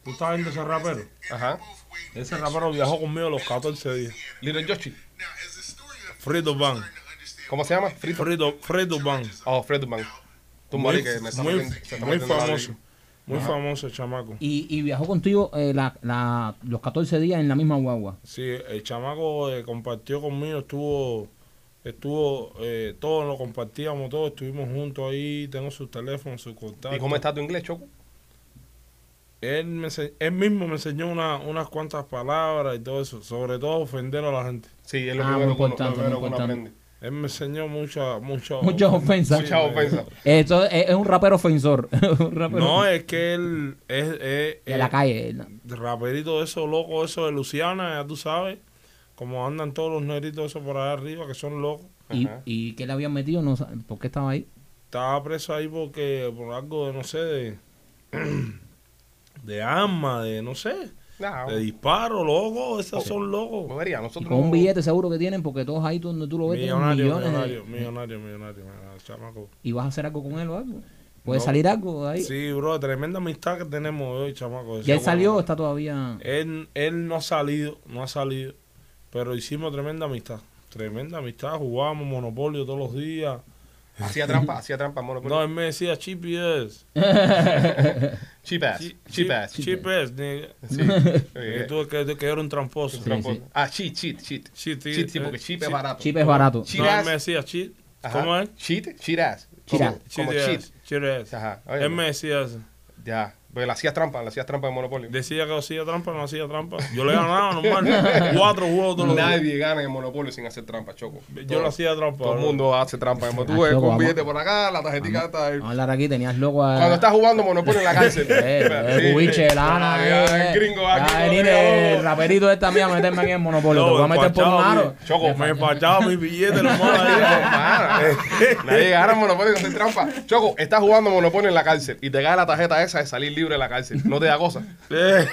C: ¿Tú estás viendo ese rapero?
A: Ajá.
C: Ese rapero viajó conmigo los 14 días.
A: Little Yoshi.
E: Now, as the story
C: Fredo Van.
A: ¿Cómo se llama? Frito.
C: Fredo, Fredo Van.
A: Oh, Fredman. Tú
C: Muy,
A: Mari, que me está
C: muy-
A: metiendo- se está
C: muy
A: metiendo en la
C: famoso.
A: ley.
C: Muy famoso el chamaco.
B: Y, y viajó contigo eh, la- la- los 14 días en la misma guagua.
C: Sí, el chamaco eh, compartió conmigo, estuvo, estuvo, eh, todos lo compartíamos, todos estuvimos juntos ahí, tengo su teléfono, su contacto.
A: ¿Y cómo está tu inglés, Choco?
C: Él, me ense- él mismo me enseñó una- unas cuantas palabras y todo eso, sobre todo ofender a la gente.
A: Sí, es lo
B: Ah,
A: primero
B: muy
A: que uno- lo
B: importante,
A: primero
B: muy
A: que uno
B: importante.
A: aprende.
C: Él me enseñó mucha, mucha,
B: Muchas ofensas.
A: Mucha ofensa.
B: Esto es, es un rapero ofensor. un rapero
C: No, eh, es que él es, es-
B: de la
C: es
B: calle. ¿no?
C: raperito de esos locos, esos de Luciana, ya tú sabes, como andan todos los negritos esos por allá arriba, que son locos.
B: ¿Y,
A: Ajá.
B: ¿Y qué le habían metido? No, sa- ¿Por qué estaba ahí?
C: estaba preso ahí porque por algo de no sé de de arma de no sé
A: Nah,
C: de disparo loco esos son locos
A: bobería,
B: Y
A: nosotros.
B: con un billete seguro que tienen, porque todos ahí tú- donde tú lo ves tienen
C: millonario
B: millones. Oh, de-
C: millonario, millonario millonario millonario, chamaco
B: ¿Y vas a hacer algo con él o algo? ¿Puede
C: No.
B: salir algo de ahí?
C: sí bro tremenda amistad que tenemos hoy chamaco
B: ¿Ya él
C: Ese
B: salió o
C: bueno,
B: está todavía...?
C: él él no ha salido no ha salido pero hicimos tremenda amistad tremenda amistad jugábamos monopolio todos los días
A: Hacía trampa, hacía trampa, mono.
C: no él me decía chippy es
A: Cheap ass.
C: Chi-
A: Cheap ass.
C: chi- cheap ass, nigga.
A: Sí.
C: Y
A: Eh,
C: tú que, que era un tramposo
B: Sí.
A: tramposo. Ah, cheat, cheat, cheat.
C: Cheat, sí,
A: Cheat, sí,
C: eh,
A: porque cheap es
C: cheat.
A: barato.
B: Chip es barato.
A: Chi-
C: No,
A: Cheat
C: él
A: ass.
C: me decía cheat.
A: Ajá.
C: ¿Cómo es?
A: Cheat, cheat ass.
B: Cheat
A: Como-
B: ass.
A: Como
C: Cheat
A: cheat.
C: ass, cheat ass.
A: Ajá. Oye,
C: Él me decía eso.
A: Ya. Porque le hacías trampa, le hacías trampa de Monopoly.
C: Decía que hacía trampa, no hacía trampa. Yo le ganaba normal. Cuatro juegos todos los días.
A: Nadie gana en Monopoly sin hacer trampa, Choco.
C: Yo le
A: Todo-
C: hacía trampa.
A: Todo el
C: bro.
A: mundo hace trampa. Como tú
B: Ah,
A: ves,
B: Choco,
A: con
B: vamos.
A: billete por acá, la tarjetita está ahí.
B: Vamos a hablar aquí, tenías loco a...
A: Cuando estás jugando Monopoly en la cárcel.
B: Ah. Eh, eh,
A: Sí.
B: cubiche, lana,
A: Ah,
B: eh,
A: ya,
B: eh.
A: el gringo, ah,
B: Ya va a
A: gringo,
B: venir
A: mira,
B: el
A: oh.
B: raperito esta mía a meterme aquí en Monopolio.
C: Yo,
B: Te voy a meter por un
C: empachado,
B: aro.
C: mi-
A: Choco.
C: Me empachaba mis billetes normal. ahí.
A: Claro. Nadie gana en Monopoly con hacer trampa. Choco, estás jugando Monopoly en la cárcel y te cae la tarjeta esa de salir libre de la cárcel. No te da cosa.
C: Eh,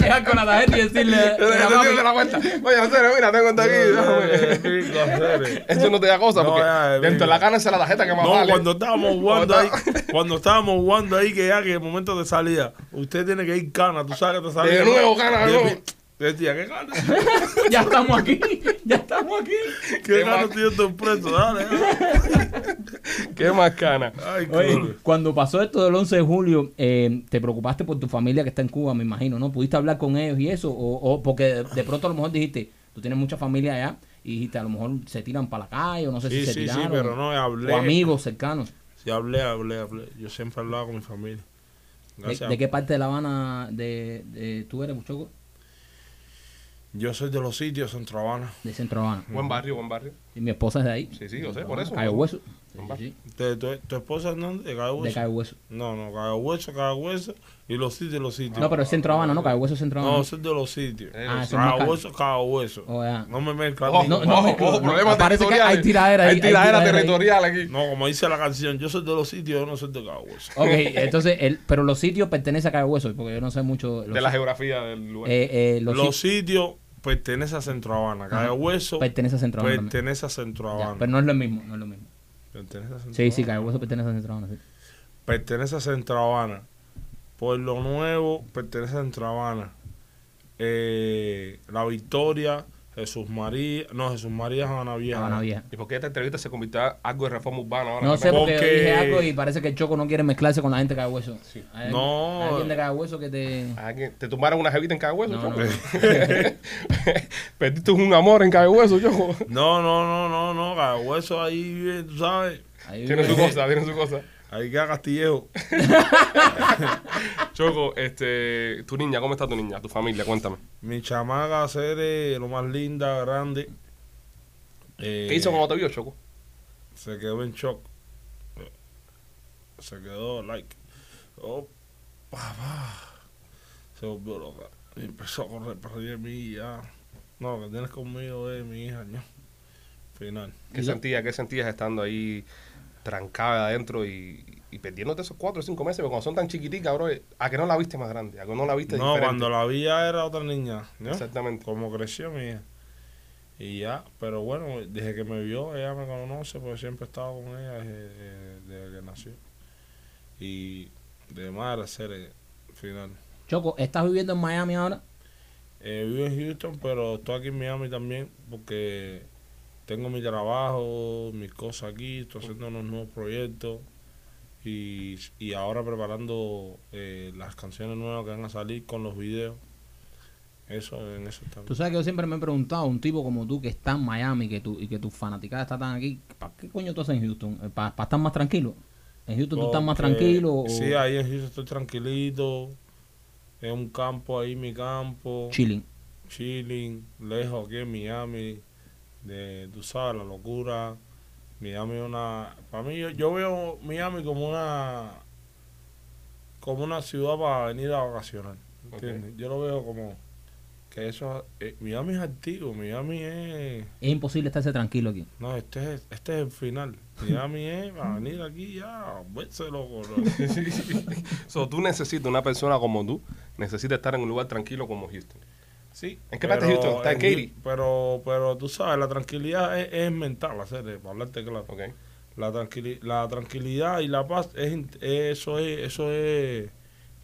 B: Llegar con la tarjeta y decirle...
A: Te
B: "Mira, papi,
A: la cuenta. Oye, en serio, mira, tengo esta aquí.
C: eh,
A: Déjame.
C: rico, hacer.
A: Eso no te da cosa
C: No,
A: porque
C: ya,
A: dentro de
C: mira.
A: la cárcel la tarjeta que más
C: No,
A: vale.
C: cuando estábamos jugando ahí,
A: Cuando está-
C: cuando estábamos jugando ahí, que ya que el momento de salida, usted tiene que ir cana, tú sabes que te salía.
A: De
C: ¿no?
A: nuevo, cana, de
C: Y
A: nuevo.
C: Decía, ¿qué cana?
B: Ya estamos aquí. Ya estamos aquí.
A: Qué
C: ¿Qué cana
A: mal.
C: tío estoy preso? Dale, dale.
A: Qué más cana.
C: Ay, coño.
B: Oye, cuando pasó esto del 11 de julio, eh, te preocupaste por tu familia que está en Cuba, me imagino, ¿no? ¿Pudiste hablar con ellos y eso? O, o porque de, de pronto a lo mejor dijiste, tú tienes mucha familia allá, y dijiste, a lo mejor se tiran para la calle, o no sé
C: Sí,
B: si se
C: sí, sí,
B: tiraron.
C: pero no, hablé.
B: o amigos cercanos.
C: Sí, hablé, hablé, hablé. Yo siempre hablaba con mi familia.
B: ¿De,
C: Gracias.
B: de qué parte de La Habana de, de- tú eres, Muchoco?
C: Yo soy de los sitios Centro Habana.
B: De Centro Habana.
A: Buen barrio, buen barrio.
B: Y mi esposa es de ahí.
A: Sí, sí, yo sé, por eso.
B: Cayo Hueso. Sí,
A: Buen barrio.
B: sí,
C: ¿Tu, tu, tu esposa es dónde? ¿De Cayo
B: sí, De
C: Hueso?
B: Cayo Hueso.
C: No, no, Cayo Hueso, Cayo Hueso y los sitios, los sitios.
B: No, pero es Centro Habana, ¿no? Cayo Hueso es Centro Habana.
C: Ah. No, soy de los sitios.
A: Eh,
B: Ah,
A: los-
B: eso es más
C: Cayo
B: caro.
C: Hueso, Cayo Hueso.
B: Oh, ya.
C: No me mezclas.
A: Ojo,
B: No,
C: No,
A: ojo,
B: no,
A: ojo,
B: es que-
A: problemas
B: parece que hay
A: territoriales.
B: tiradera ahí,
A: Hay
B: hay
A: tiradera
B: tiradera ahí.
A: territorial aquí.
C: como dice la canción, yo soy de los sitios, yo no soy de Cayo Hueso.
B: Ok, entonces, el, pero los sitios pertenecen a Cayo Hueso, porque yo no sé mucho. los
A: De la
B: sit-
A: geografía del lugar.
B: eh, eh, los
C: Los,
B: sit-
C: sitios pertenecen a Centro Habana. Cayo Hueso
B: pertenece a Centro Habana. también.
C: pertenece a Centro
B: Ya,
C: Habana.
B: pero no es lo mismo, no es lo mismo.
C: Pertenece a Centro
B: Sí, sí,
C: Habana.
B: Cayo Hueso pertenece a Centro Habana. sí.
C: pertenece a Centro Habana. Pueblo Nuevo pertenece a Centro Habana. Eh, la Victoria, Jesús María, no, Jesús María es Habana Vieja.
B: Habana Vieja.
A: ¿Y por qué esta entrevista se convirtió en algo de reforma urbana ahora?
B: No sé porque, yo
C: Porque-
B: dije algo y parece que el Choco no quiere mezclarse con la gente de Cagahueso.
A: Sí.
B: Hay-
C: No.
B: hay alguien de Cagahueso que te...
A: Alguien- ¿Te tumbaron una jevita en cada hueso,
B: No,
A: Choco?
B: no.
A: ¿Perdiste un amor en cada hueso, Choco?
C: No, no, no, no, no, cada hueso ahí vive, tú sabes.
B: ahí
A: Tiene
B: vive.
A: su cosa, tiene su cosa.
C: Ahí queda Castillejo.
A: Choco, este, tu niña, ¿cómo está tu niña? Tu familia, cuéntame.
C: Mi chamaca Cere, eh, lo más linda, grande. Eh,
A: ¿Qué hizo cuando te vio, Choco?
C: Se quedó en shock. Se quedó like. Oh, papá. Se volvió loca. Y empezó a correr para arriba de mí y ya. No, lo que tienes conmigo es mi hija, ¿no? Final.
A: ¿Qué sentías, qué sentías estando ahí trancada adentro y, y perdiéndote esos cuatro o cinco meses? Porque cuando son tan chiquiticas, bro, ¿a que no la viste más grande? ¿A que no la viste
C: No,
A: diferente?
C: cuando la vi ya era otra niña, ¿no?
A: Exactamente.
C: Como creció mi hija. Y ya, pero bueno, desde que me vio, ella me conoce, porque siempre he estado con ella desde, desde- desde que nació. Y de madre ser eh, final.
B: Choco, ¿estás viviendo en Miami ahora?
C: Eh, vivo en Houston, pero estoy aquí en Miami también porque tengo mi trabajo, mis cosas aquí, estoy haciendo unos nuevos proyectos y, y ahora preparando eh, las canciones nuevas que van a salir con los videos. Eso, en eso
B: Tú
C: estamos.
B: sabes que yo siempre me he preguntado, un tipo como tú que está en Miami que tú, y que tus fanaticadas están tan aquí, ¿para qué coño tú haces en Houston? ¿Para estar más tranquilo? ¿En Houston tú estás más
C: Porque-
B: tranquilo? o
C: Sí, ahí en Houston estoy tranquilito. Es un campo ahí, mi campo.
B: Chilling.
C: chilling, lejos aquí en Miami, de, tú sabes, la locura. Miami es una... Para mí, yo, yo veo Miami como una... Como una ciudad para venir a vacacionar. ¿entiendes? Yo lo veo como... Que eso... eh, Miami es activo, Miami es...
B: Es imposible estarse tranquilo aquí.
C: No, este es, este es el final. Miami es para venir aquí ya, vuelse loco. ¿no?
A: So, tú necesitas una persona como tú, necesitas estar en un lugar tranquilo como Houston.
C: Sí.
A: ¿En qué parte de
C: pero
A: Houston? ¿Está en Katy?
C: Hu- Pero, pero tú sabes, la tranquilidad es, es mental, hacer, para hablarte claro.
A: Ok.
C: la, tranquili- la tranquilidad y la paz es in- eh, eso es eso es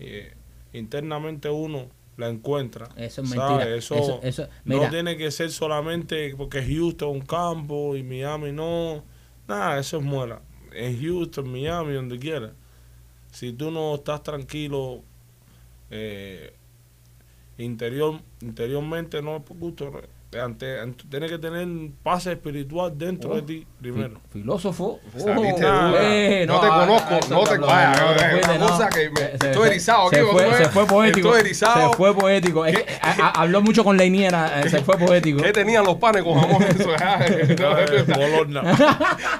C: eh, internamente uno la encuentra
B: Eso es
C: ¿sabe?
B: mentira.
C: eso,
B: Eso- eso- mira.
C: no tiene que ser solamente porque Houston es un campo y Miami no nada eso es muela en Houston Miami donde quiera si tú no estás tranquilo eh, interior interiormente no es por gusto no. Ante- ante- tienes que tener paz espiritual dentro
B: Oh.
C: de ti primero
B: Fi- filósofo.
A: Saliste
C: Oh,
A: dura.
B: eh,
A: no, te
B: ah,
A: conozco,
B: ah, eso
A: no te
B: habló,
A: vaya,
B: no,
A: eh,
B: fuiste,
A: una
B: no.
A: cosa que me-
B: Se- se-
A: estoy erizado aquí,
B: Se
A: ¿cómo
B: fue,
A: es?
B: se fue poético.
A: Estoy erizado.
B: Se fue poético. Es que a- a- habló mucho con la Iniera, eh, se fue poético.
A: ¿Qué tenían los panes con jamón? Eso, ah, no,
C: Eh,
A: eso-
C: Bologna.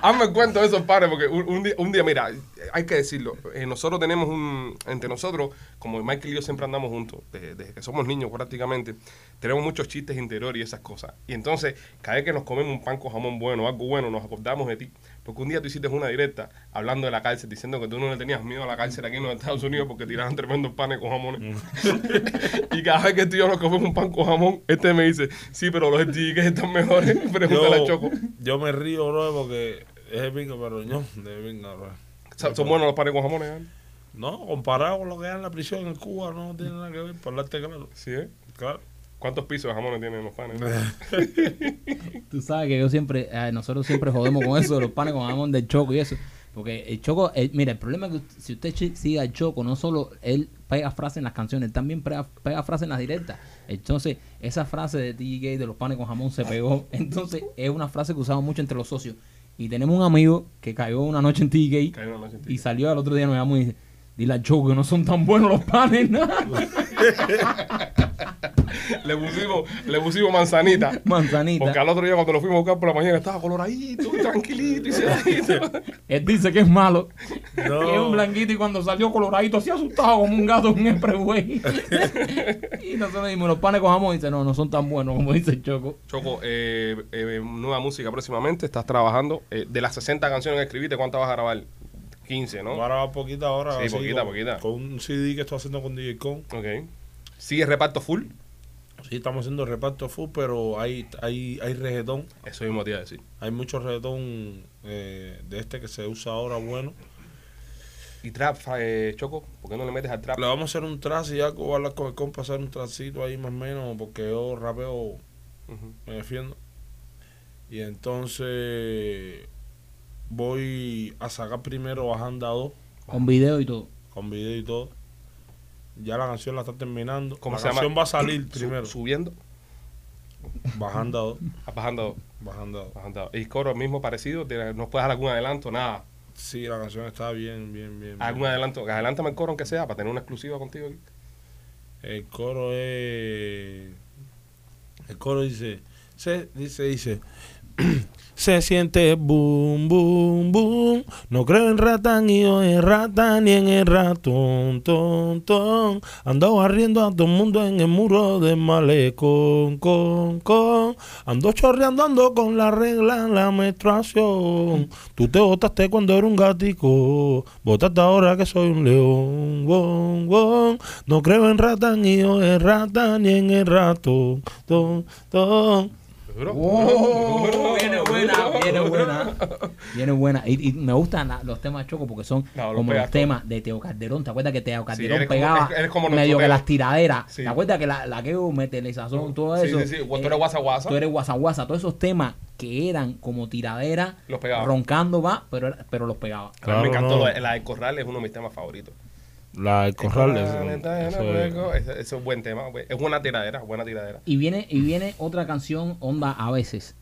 A: Hazme el cuento de esos panes, porque un, un día, un día, mira, hay que decirlo. eh, nosotros tenemos un. Entre nosotros, como Michael y yo siempre andamos juntos, desde, desde que somos niños prácticamente, tenemos muchos chistes interiores y esas cosas. Y entonces, cada vez que nos comemos un pan con jamón bueno, algo bueno, nos acordamos de ti. Porque un día tú hiciste una directa hablando de la cárcel, diciendo que tú no le tenías miedo a la cárcel aquí en los Estados Unidos porque tiraban tremendos panes con jamones. y cada vez que tú y yo nos comemos un pan con jamón, este me dice, sí, pero los stickers están mejores. Pregúntale a Choco.
C: yo, yo me río, bro, porque es de pinga, pero yo, de pinga, bro.
A: Son son buenos los panes con jamones, ¿eh?
C: No, comparado con lo que hay en la prisión en Cuba, no tiene nada que ver, para hablarte claro.
A: Sí, ¿eh?
C: Claro.
A: ¿Cuántos pisos de jamones tienen los panes?
B: Tú sabes que yo siempre, eh, nosotros siempre jodemos con eso de los panes con jamón del choco y eso. Porque el choco, eh, mira, el problema es que usted- si usted chi- sigue al choco, no solo él pega frases en las canciones, él también pega, pega frases en las directas. Entonces, esa frase de DJ de los panes con jamón se pegó. Entonces, es una frase que usamos mucho entre los socios. Y tenemos un amigo que cayó una noche en TJ
A: Cayó una noche en
B: y
A: TJ.
B: salió al otro día, nos llamó y dice, dile al choco que no son tan buenos los panes, ¿no?
A: le, pusimos, le pusimos manzanita.
B: Manzanita.
A: Porque al otro día cuando lo fuimos a buscar por la mañana estaba coloradito, y tranquilito y sedadito.
B: Él dice que es malo.
C: No.
B: Que es un blanquito y cuando salió coloradito así asustado como un gato en un freeway. y nosotros dijimos, los panes con jamón. Y dice, no, no son tan buenos como dice el Choco.
A: Choco, eh, eh, nueva música próximamente, estás trabajando. Eh, de las 60 canciones que escribiste, ¿cuántas vas a grabar? 15, ¿no?
C: Ahora va poquita ahora.
A: Sí,
C: así,
A: poquita,
C: con,
A: poquita.
C: Con un CD que estoy haciendo con DJ Con.
A: Ok. ¿Sigue reparto full?
C: Sí, estamos haciendo reparto full, pero hay, hay, hay reggaetón.
A: Eso mismo te iba a decir.
C: Hay mucho reggaetón eh, de este que se usa ahora bueno.
A: ¿Y trap, eh, Choco? ¿Por qué no le metes al trap?
C: Le vamos a hacer un tras y ya voy a hablar con el compa, hacer un trasito ahí más o menos, porque yo rapeo,
A: Ujú.
C: me defiendo. Y entonces voy a sacar primero Bajanda 2,
B: Con video y todo.
C: con video y todo. Ya la canción la está terminando.
A: ¿Cómo
C: la
A: se llama?
C: canción va a salir
A: Su-
C: primero.
A: Subiendo,
C: Bajanda 2,
A: ah, bajando,
C: Bajanda 2.
A: bajando. ¿Y coro mismo parecido? ¿Te- ¿Nos puedes dar algún adelanto? Nada.
C: Sí, la canción está bien, bien, bien. bien.
A: ¿Algún adelanto? Adelántame el coro aunque sea para tener una exclusiva contigo. aquí.
C: El coro es. El coro dice. Se, dice, dice. Se siente boom, boom, boom. No creo en ratán y yo en ratán ni en el ratón, ton, ton. Ando barriendo a todo el mundo en el muro de malecón, con, con. Ando chorreando, ando con la regla en la menstruación. Tú te botaste cuando era un gatico. Botaste ahora que soy un león, bon, bon. No creo en ratán y yo en ratán ni en el ratón, ton, ton.
A: Duro,
B: ¡Wow!
A: duro, duro,
B: Viene
A: duro,
B: buena,
A: duro.
B: viene buena. Viene buena. Y, y me gustan la- los temas de Choco porque son
A: No, los
B: como
A: pegas
B: los
A: todo.
B: temas de Teo Calderón. ¿Te acuerdas que Teo Calderón
A: eres como-
B: pegaba
A: eres- eres como nuestro
B: medio que
A: Teo.
B: las tiraderas?
A: Sí.
B: ¿Te acuerdas que la, la que hubo, Métele Sazón, todo
A: Sí,
B: eso?
A: sí, sí. Tú
B: Eh,
A: eres guasa guasa.
B: Tú eres guasa guasa. Todos esos temas que eran como tiraderas,
A: Los pegaba.
B: roncando va, pero, era- pero los pegaba.
A: A mí me
C: Claro,
A: encantó
C: no.
A: la, la de Corral, es uno de mis temas favoritos.
C: La del corral. eso-
A: Eso,
C: eso es-
A: es un buen tema. güey. Es buena tiradera, buena tiradera.
B: Y viene, y viene otra canción, Onda a veces.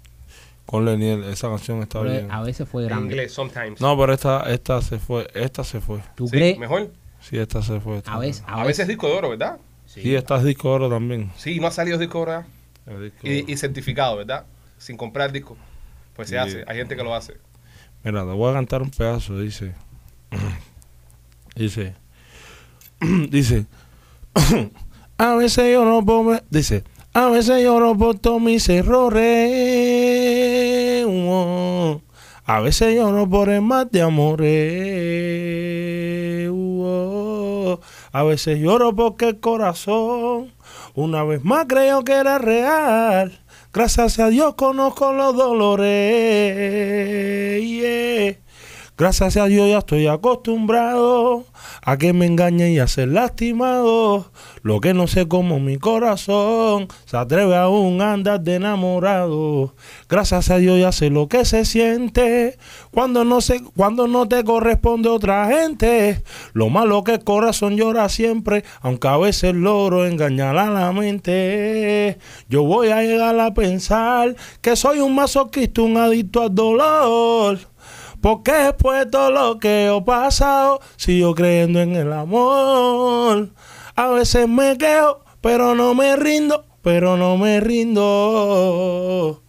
C: Con Leniel, esa canción está
B: Pero
C: bien.
B: A veces fue
A: En
B: grande.
A: inglés, sometimes.
C: No, pero esta, esta se fue, esta se fue.
B: ¿Tú
A: Sí,
B: crees?
A: Mejor.
C: Sí, esta se fue. esta
B: A
C: se
B: veces,
C: fue.
A: A veces disco de oro, ¿verdad?
B: Sí.
C: Y esta es disco oro también.
A: Sí, no ha salido disco de oro. ¿verdad?
C: El disco
A: Y, y
C: oro.
A: certificado, ¿verdad? Sin comprar disco. Pues se
C: Sí.
A: hace. Hay gente que lo hace.
C: Mira, te voy a cantar un pedazo, dice. Dice. dice. a veces yo no puedo. ver- Dice. A veces yo no porto mis errores. uh, A veces yo no por el más de amores. uh, A veces lloro porque el corazón una vez más creyó que era real. Gracias a Dios conozco los dolores. yeah. Gracias a Dios ya estoy acostumbrado a que me engañen y a ser lastimado. Lo que no sé cómo mi corazón se atreve aún a andar de enamorado. Gracias a Dios ya sé lo que se siente cuando no, se, cuando no te corresponde otra gente. Lo malo que el corazón llora siempre, aunque a veces logro engañar a la mente. Yo voy a llegar a pensar que soy un masoquista, un adicto al dolor. Porque después de todo lo que yo he pasado, sigo creyendo en el amor. A veces me quejo, pero no me rindo, pero no me rindo.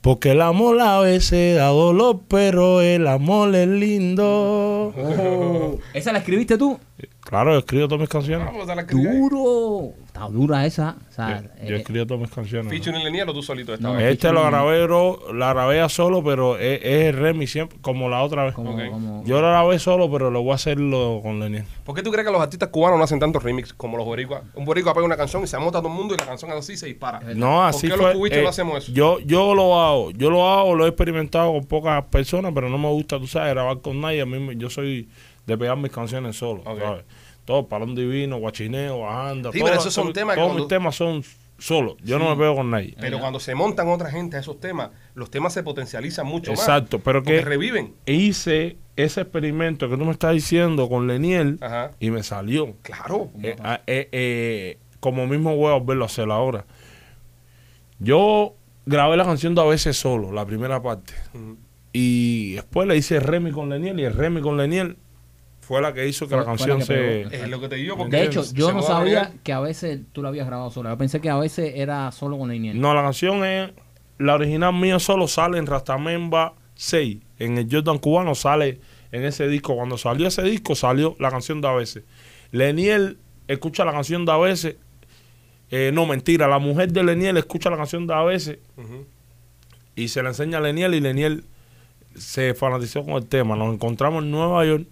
C: Porque el amor a veces da dolor, pero el amor es lindo.
B: Oh, ¿Esa la escribiste tú?
C: Claro, yo escribo todas mis canciones.
A: Vamos a dar la crítica ahí.
B: Duro. Está dura esa. o sea,
C: Yo,
B: eh,
C: yo escribo todas mis canciones.
A: Ficho ni Leniel o tú solito esta
B: No,
A: vez.
C: Este lo grabé, bro, la grabé a solo, pero es, es el remix siempre, como la otra vez.
B: como,
A: Ok.
B: como-
C: Yo la grabé solo, pero lo voy a hacerlo con Lenin.
A: ¿Por qué tú crees que los artistas cubanos no hacen tantos remix como los boricuas? Un boricua pega una canción y se amota a todo el mundo y la canción así se dispara.
C: No, así
A: qué los
C: fue, eh,
A: cubichos no hacemos eso?
C: Yo, yo lo hago, yo lo hago, lo he experimentado con pocas personas, pero no me gusta, tú sabes, grabar con nadie. A mí, me- yo soy de pegar mis canciones solo,
A: Ok.
C: ¿sabes? Todo, Palón Divino, Guachineo, Bajanda.
A: Sí,
C: todo-
A: pero esos son
C: todo-
A: temas que
C: Todos
A: cuando-
C: mis temas son solos, yo no me pego con nadie.
A: Pero cuando se montan otra gente a esos temas, los temas se potencializan mucho más.
C: Exacto, pero
A: Porque
C: que
A: reviven.
C: hice ese experimento que tú me estás diciendo con Leniel
A: Ajá.
C: y me salió.
A: Claro.
C: Eh, ah, eh, eh, como mismo voy a volverlo a hacer ahora. Yo grabé la canción dos veces solo, la primera parte.
A: Ujú.
C: Y después le hice Remy con Leniel y el Remy con Leniel fue la que hizo que
B: Fue-
C: la
B: fue la
C: canción
B: que
C: se...
B: pegó.
A: Es lo que te digo. Porque
B: eh, de hecho, yo
A: se
B: no
A: muda a
B: sabía
A: Leniel.
B: que a veces tú la habías grabado sola. Yo pensé que a veces era solo con Leniel.
C: No, la canción es... La original mía solo sale en Rastamemba 6. En el Jordan cubano sale en ese disco. Cuando salió ese disco salió la canción dos veces. Leniel escucha la canción dos veces. Eh, no, mentira. La mujer de Leniel escucha la canción dos veces
A: Ujú.
C: y se la enseña a Leniel y Leniel se fanatizó con el tema. Nos encontramos en Nueva York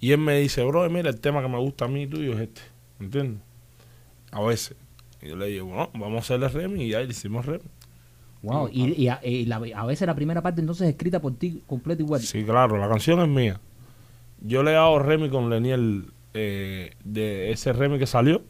C: y él me dice, bro, mira, el tema que me gusta a mí y tuyo es este. ¿Entiendes? A veces. Y yo le digo, bueno, vamos a hacerle remi y ahí le hicimos remi.
B: Wow. Y, y Pues a, y la- a veces la primera parte entonces escrita por ti completa igual.
C: Sí, claro, la canción es mía. Yo le he dado Remy con Leniel eh, de ese Remy que salió.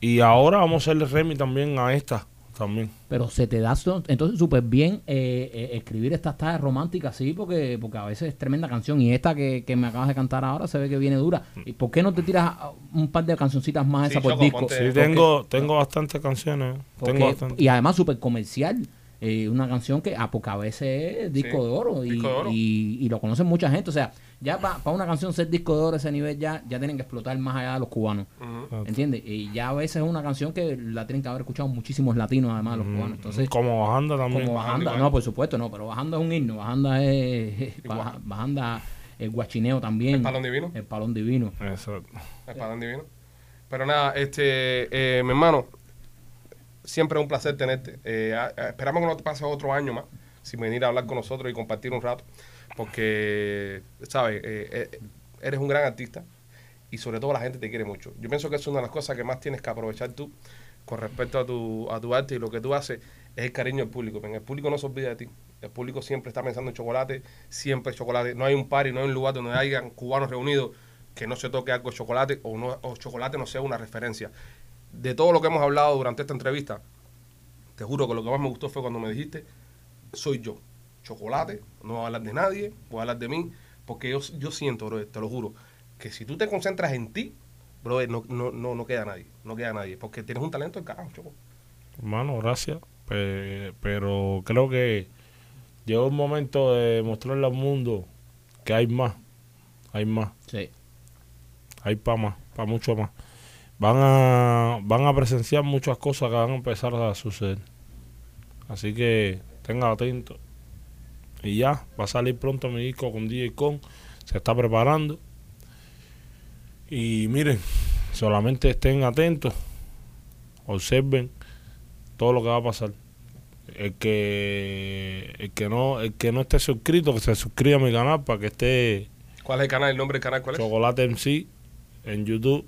C: Y ahora vamos a hacerle Remy también a esta. También.
B: Pero se te da so- entonces súper bien eh, eh, escribir estas tardes románticas, sí, porque, porque a veces es tremenda canción y esta que, que me acabas de cantar ahora se ve que viene dura. ¿Y por qué no te tiras a- un par de cancioncitas más
A: Mm. Sí,
B: esa por
A: Choco,
B: disco?
A: ponte-
C: Sí, tengo, tengo bastantes canciones.
B: Porque-
C: tengo bastantes.
B: y además súper comercial. eh, una canción que a poca veces es disco
A: Sí,
B: de oro, y,
A: disco de oro.
B: y- y lo conocen mucha gente. O sea, ya para una canción ser disco de oro a ese nivel ya, ya tienen que explotar más allá de los cubanos.
C: Exacto.
B: ¿Entiendes? Y ya a veces es una canción que la tienen que haber escuchado muchísimos latinos, además,
C: Mm,
B: los cubanos. Entonces,
C: como bajanda también.
B: como
A: Bajanda
B: Bajanda,
A: igual.
B: no, por supuesto, no, pero Bajanda es un himno, Bajanda es.
A: Igual.
B: Bajanda el guachineo también. El
A: palón divino.
B: El palón divino.
C: Exacto.
A: El Padrón divino. Pero nada, este, eh, mi hermano, siempre es un placer tenerte. Eh, a- a- esperamos que no te pase otro año más sin venir a hablar con nosotros y compartir un rato, porque, sabes, Eh, eh, eres un gran artista y sobre todo la gente te quiere mucho. Yo pienso que es una de las cosas que más tienes que aprovechar tú con respecto a tu, a tu arte y lo que tú haces es el cariño del público. Men, El público no se olvida de ti. El público siempre está pensando en chocolate, siempre chocolate. No hay un party, no hay un lugar donde hayan cubanos reunidos que no se toque algo de chocolate o, no, o chocolate no sea una referencia. De todo lo que hemos hablado durante esta entrevista, te juro que lo que más me gustó fue cuando me dijiste, soy yo. Chocolate, no voy a hablar de nadie, voy a hablar de mí, porque yo, yo siento, brother, te lo juro, que si tú te concentras en ti, brother, no, no, no, no queda nadie, no queda nadie, porque tienes un talento del carajo, choco.
C: Hermano, gracias. Pe- Pero creo que llegó un momento de mostrarle al mundo que hay más. Hay más.
B: Sí.
C: Hay para más. Para mucho más. Van a, van a presenciar muchas cosas que van a empezar a suceder. Así que tengan atento. Y ya, va a salir pronto mi disco con DJ Con. Se está preparando. Y miren, solamente estén atentos. Observen todo lo que va a pasar. El que, el que no, el que no esté suscrito, que se suscriba a mi canal para que esté
A: ¿Cuál es el canal, el nombre del canal, cuál es?
C: Chocolate MC en YouTube.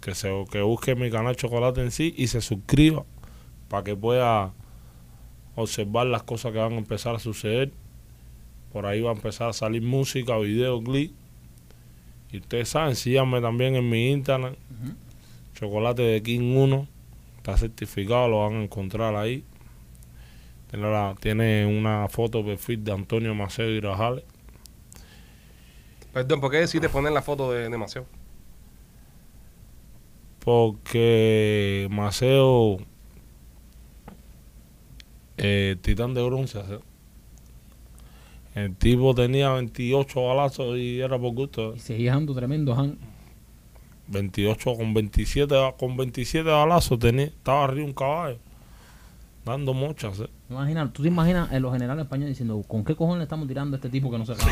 C: Que, se, que busque mi canal Chocolate MC y se suscriba para que pueda observar las cosas que van a empezar a suceder. Por ahí va a empezar a salir música, video, clip. Y ustedes saben, síganme también en mi Instagram. Chocolate de King 1. Está certificado, lo van a encontrar ahí. Tiene, la- tiene una foto perfil de Antonio Maceo y Rajales.
A: Perdón, ¿por qué decidiste poner la foto de, de Maceo?
C: Porque Maceo, eh, titán de bronce, ¿sí? el tipo tenía 28 balazos y era por gusto.
B: Y
C: ¿eh?
B: seguía dando tremendo, Han.
C: 28 con 27, ba- con 27 balazos tenía, estaba arriba un caballo, dando ¿eh? muchas. ¿sí?
B: Imagina, tú te imaginas en los generales españoles diciendo, ¿con qué cojones le estamos tirando a este tipo que no se acaba?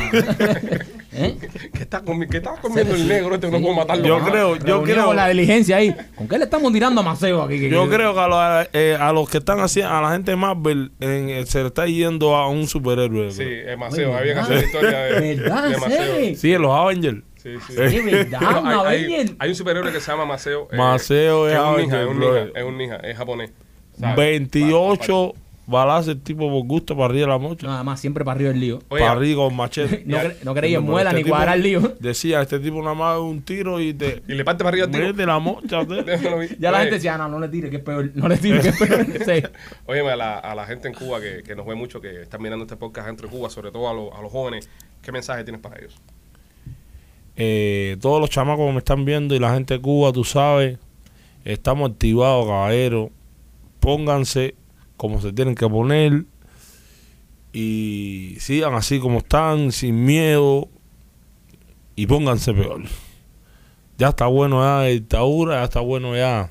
B: ¿Eh?
A: ¿Qué estás comi qué estás comiendo el negro este? No
B: Sí.
A: puedo matarlo.
C: Yo
A: Ah,
C: creo-
B: Reunido
C: creo-
B: con la diligencia ahí. ¿Con qué le estamos tirando a Maceo aquí? Que-
C: Yo
B: que-
C: creo que a los, eh, a los que están haciendo, a la gente de Marvel, en- eh, se le está yendo a un superhéroe.
A: Sí,
C: Sí,
A: es Maceo,
B: Oye,
A: había que
B: ¿verdad?
A: hacer la historia de,
B: ¿Verdad?
A: de Maceo.
B: Sí.
C: sí los Avengers.
A: Sí, sí.
B: De verdad,
A: Pero hay, hay-
B: Mabel.
A: hay un superhéroe que se llama Maceo. eh,
C: Maceo
A: que
C: es
A: es un
C: Avenger,
A: ninja, es un
C: brother.
A: ninja, es un ninja, es japonés. ¿sabes?
C: 28 balazos el tipo por gusto para arriba de la
B: No,
C: mocha.
B: además, siempre para arriba el lío.
A: Oye,
C: para arriba con machete.
B: No, cre- no creía en
C: Pero
B: muela
C: este
B: ni
C: tipo
B: cuadrar el lío.
C: Decía, este tipo nada más es un tiro y te
A: Y le parte para arriba al tiro.
C: mete la mocha. te-
A: Yo no lo vi.
B: Ya la
A: Oye,
B: gente decía, "Ah, no, no le tire, que es peor. No le tire, que es peor. Sí.
A: Oye, a la, a la gente en Cuba que, que nos ve mucho, que están mirando este podcast dentro de Cuba, sobre todo a, los- a los jóvenes, ¿qué mensaje tienes para ellos?
C: Eh, todos los chamacos que me están viendo y la gente de Cuba, tú sabes, estamos activados, caballero. Pónganse como se tienen que poner y sigan así como están, sin miedo y pónganse peor. Ya está bueno ya de dictadura, ya está bueno ya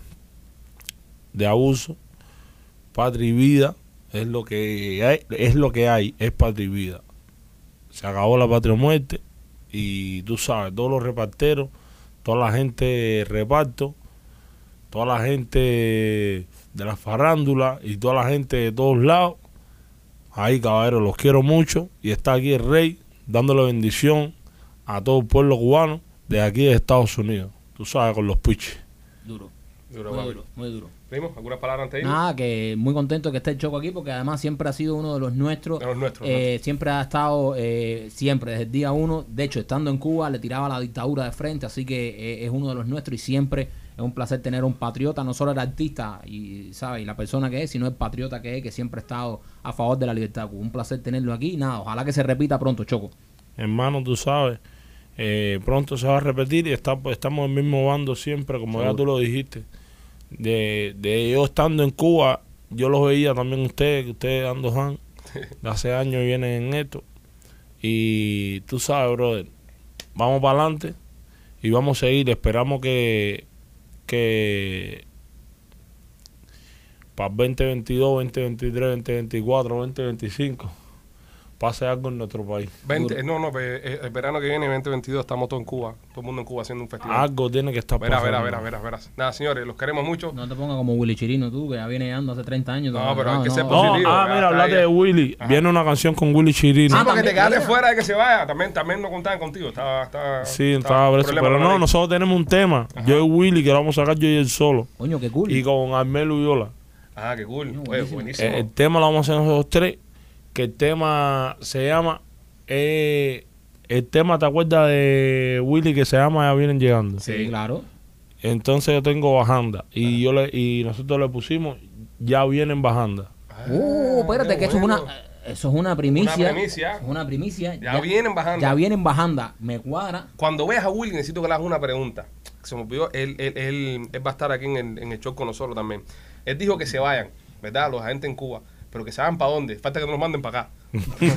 C: de abuso. Patria y vida es lo que hay, es lo que hay, es patria y vida. Se acabó la patria o muerte y tú sabes, todos los reparteros, toda la gente de reparto, toda la gente de la farándula y toda la gente de todos lados. Ahí, caballeros, los quiero mucho y está aquí el rey dándole bendición a todo el pueblo cubano de aquí de Estados Unidos. Tú sabes, con los piches.
B: Duro.
A: Duro,
B: Muy
A: papi.
B: duro, muy duro.
A: Primo, ¿algunas palabras antes de irnos?
B: Nada, que muy contento que esté el Choco aquí porque además siempre ha sido uno de los nuestros.
A: De los nuestros,
B: Eh, Siempre ha estado, eh, siempre, desde el día uno. De hecho, estando en Cuba, le tiraba la dictadura de frente, así que eh, es uno de los nuestros y siempre es un placer tener un patriota, no solo el artista y, ¿sabes? y la persona que es, sino el patriota que es, que siempre ha estado a favor de la libertad. de Cuba. Un placer tenerlo aquí. Nada, ojalá que se repita pronto, Choco.
C: Hermano, tú sabes, eh, pronto se va a repetir y está, pues, estamos en el mismo bando siempre, como ya
A: Seguro.
C: tú lo dijiste. De, de yo estando en Cuba, yo los veía también ustedes, que ustedes dando han, de hace años vienen en esto. Y tú sabes, brother, vamos para adelante y vamos a seguir. Esperamos que, que para 2022, 2023, 2024, 2025 pase algo en nuestro país.
A: 20, no, no, pe- eh, el verano que viene, 2022, estamos todos en Cuba, todo el mundo en Cuba haciendo un festival.
C: Algo tiene que estar
A: verás,
C: pasando.
A: verás, verás, verás, verás. Nada, señores, los queremos mucho.
B: No te pongas como Willy Chirino tú, que ya viene andando hace 30 años.
A: No, pero hay que ser
C: No,
A: Positivo,
C: ah,
A: ya
C: mira,
A: está
C: hablate
A: ahí.
C: de Willy. Ah. Viene una canción con Willy Chirino.
A: Ah, porque
B: también,
A: te quedaste
B: mira.
A: fuera de que se vaya. También, también no contaban contigo. Estaba, estaba,
C: sí, estaba preso.
A: problema
C: Pero
A: con la
C: no,
A: ley.
C: nosotros tenemos un tema. Yo y Willy que lo vamos a sacar yo y él solo.
B: Coño, qué cool.
C: Y con Armel Viola.
A: Ah, qué cool.
B: No,
A: Oye,
B: buenísimo.
A: buenísimo.
C: El, el tema lo vamos a hacer nosotros tres. Que el tema se llama. eh, el tema, ¿te acuerdas de Willy que se llama Ya vienen llegando?
B: sí, claro.
C: Entonces yo tengo Bajanda. Y, yo le, y nosotros le pusimos Ya vienen Bajanda.
A: Ah,
B: Uh, espérate,
A: qué
B: que eso es una
A: bueno.
B: eso es una primicia.
A: Una primicia.
B: Es una primicia.
A: Ya vienen bajando.
B: Ya vienen bajando. Me cuadra.
A: Cuando veas a Willy, necesito que le hagas una pregunta. Se me olvidó, él, él, él, él va a estar aquí en el, en el show con nosotros también. Él dijo que se vayan, ¿verdad? Los agentes en Cuba, pero que se vayan para dónde. Falta que nos los manden para acá. que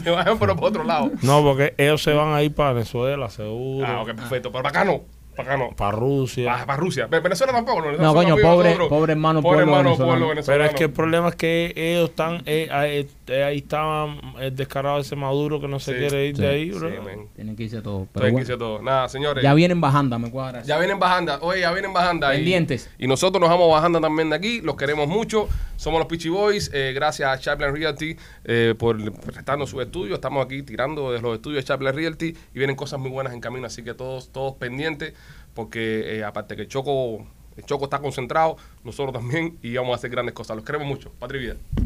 A: se vayan, pero para otro lado.
C: No, porque ellos se van a ir para Venezuela, seguro.
A: Ah, ok, perfecto. Pero para acá no. Para acá no.
C: Para Rusia.
A: Para, para Rusia. Pero Venezuela tampoco. No,
B: No, coño, pobre- pobre hermano
A: Pobre
B: pueblo
A: hermano
B: venezolano.
A: pueblo
C: Pero
A: venezolano.
C: es que el problema es que ellos están. eh, ahí, eh, ahí estaba el descarado ese Maduro que no se
A: Sí.
C: quiere ir
B: Sí.
C: de ahí, bro.
A: Sí, men.
B: Tienen que irse todos.
A: Estoy
B: Pero
A: aquí,
B: bueno,
A: hice todo. Nada, señores.
B: ya vienen bajando, me cuadra.
A: Ya vienen bajando, oye, ya vienen bajando. ahí.
B: Pendientes.
A: Y, nosotros nos vamos bajando también de aquí, los queremos mucho. Somos los Pitchy Boys, eh, gracias a Chaplin Realty eh, por prestarnos sus estudios. Estamos aquí tirando de los estudios de Chaplin Realty y vienen cosas muy buenas en camino, así que todos, todos pendientes, porque eh, aparte que el Choco, el Choco está concentrado, nosotros también, y vamos a hacer grandes cosas. Los queremos mucho. Patria y vida.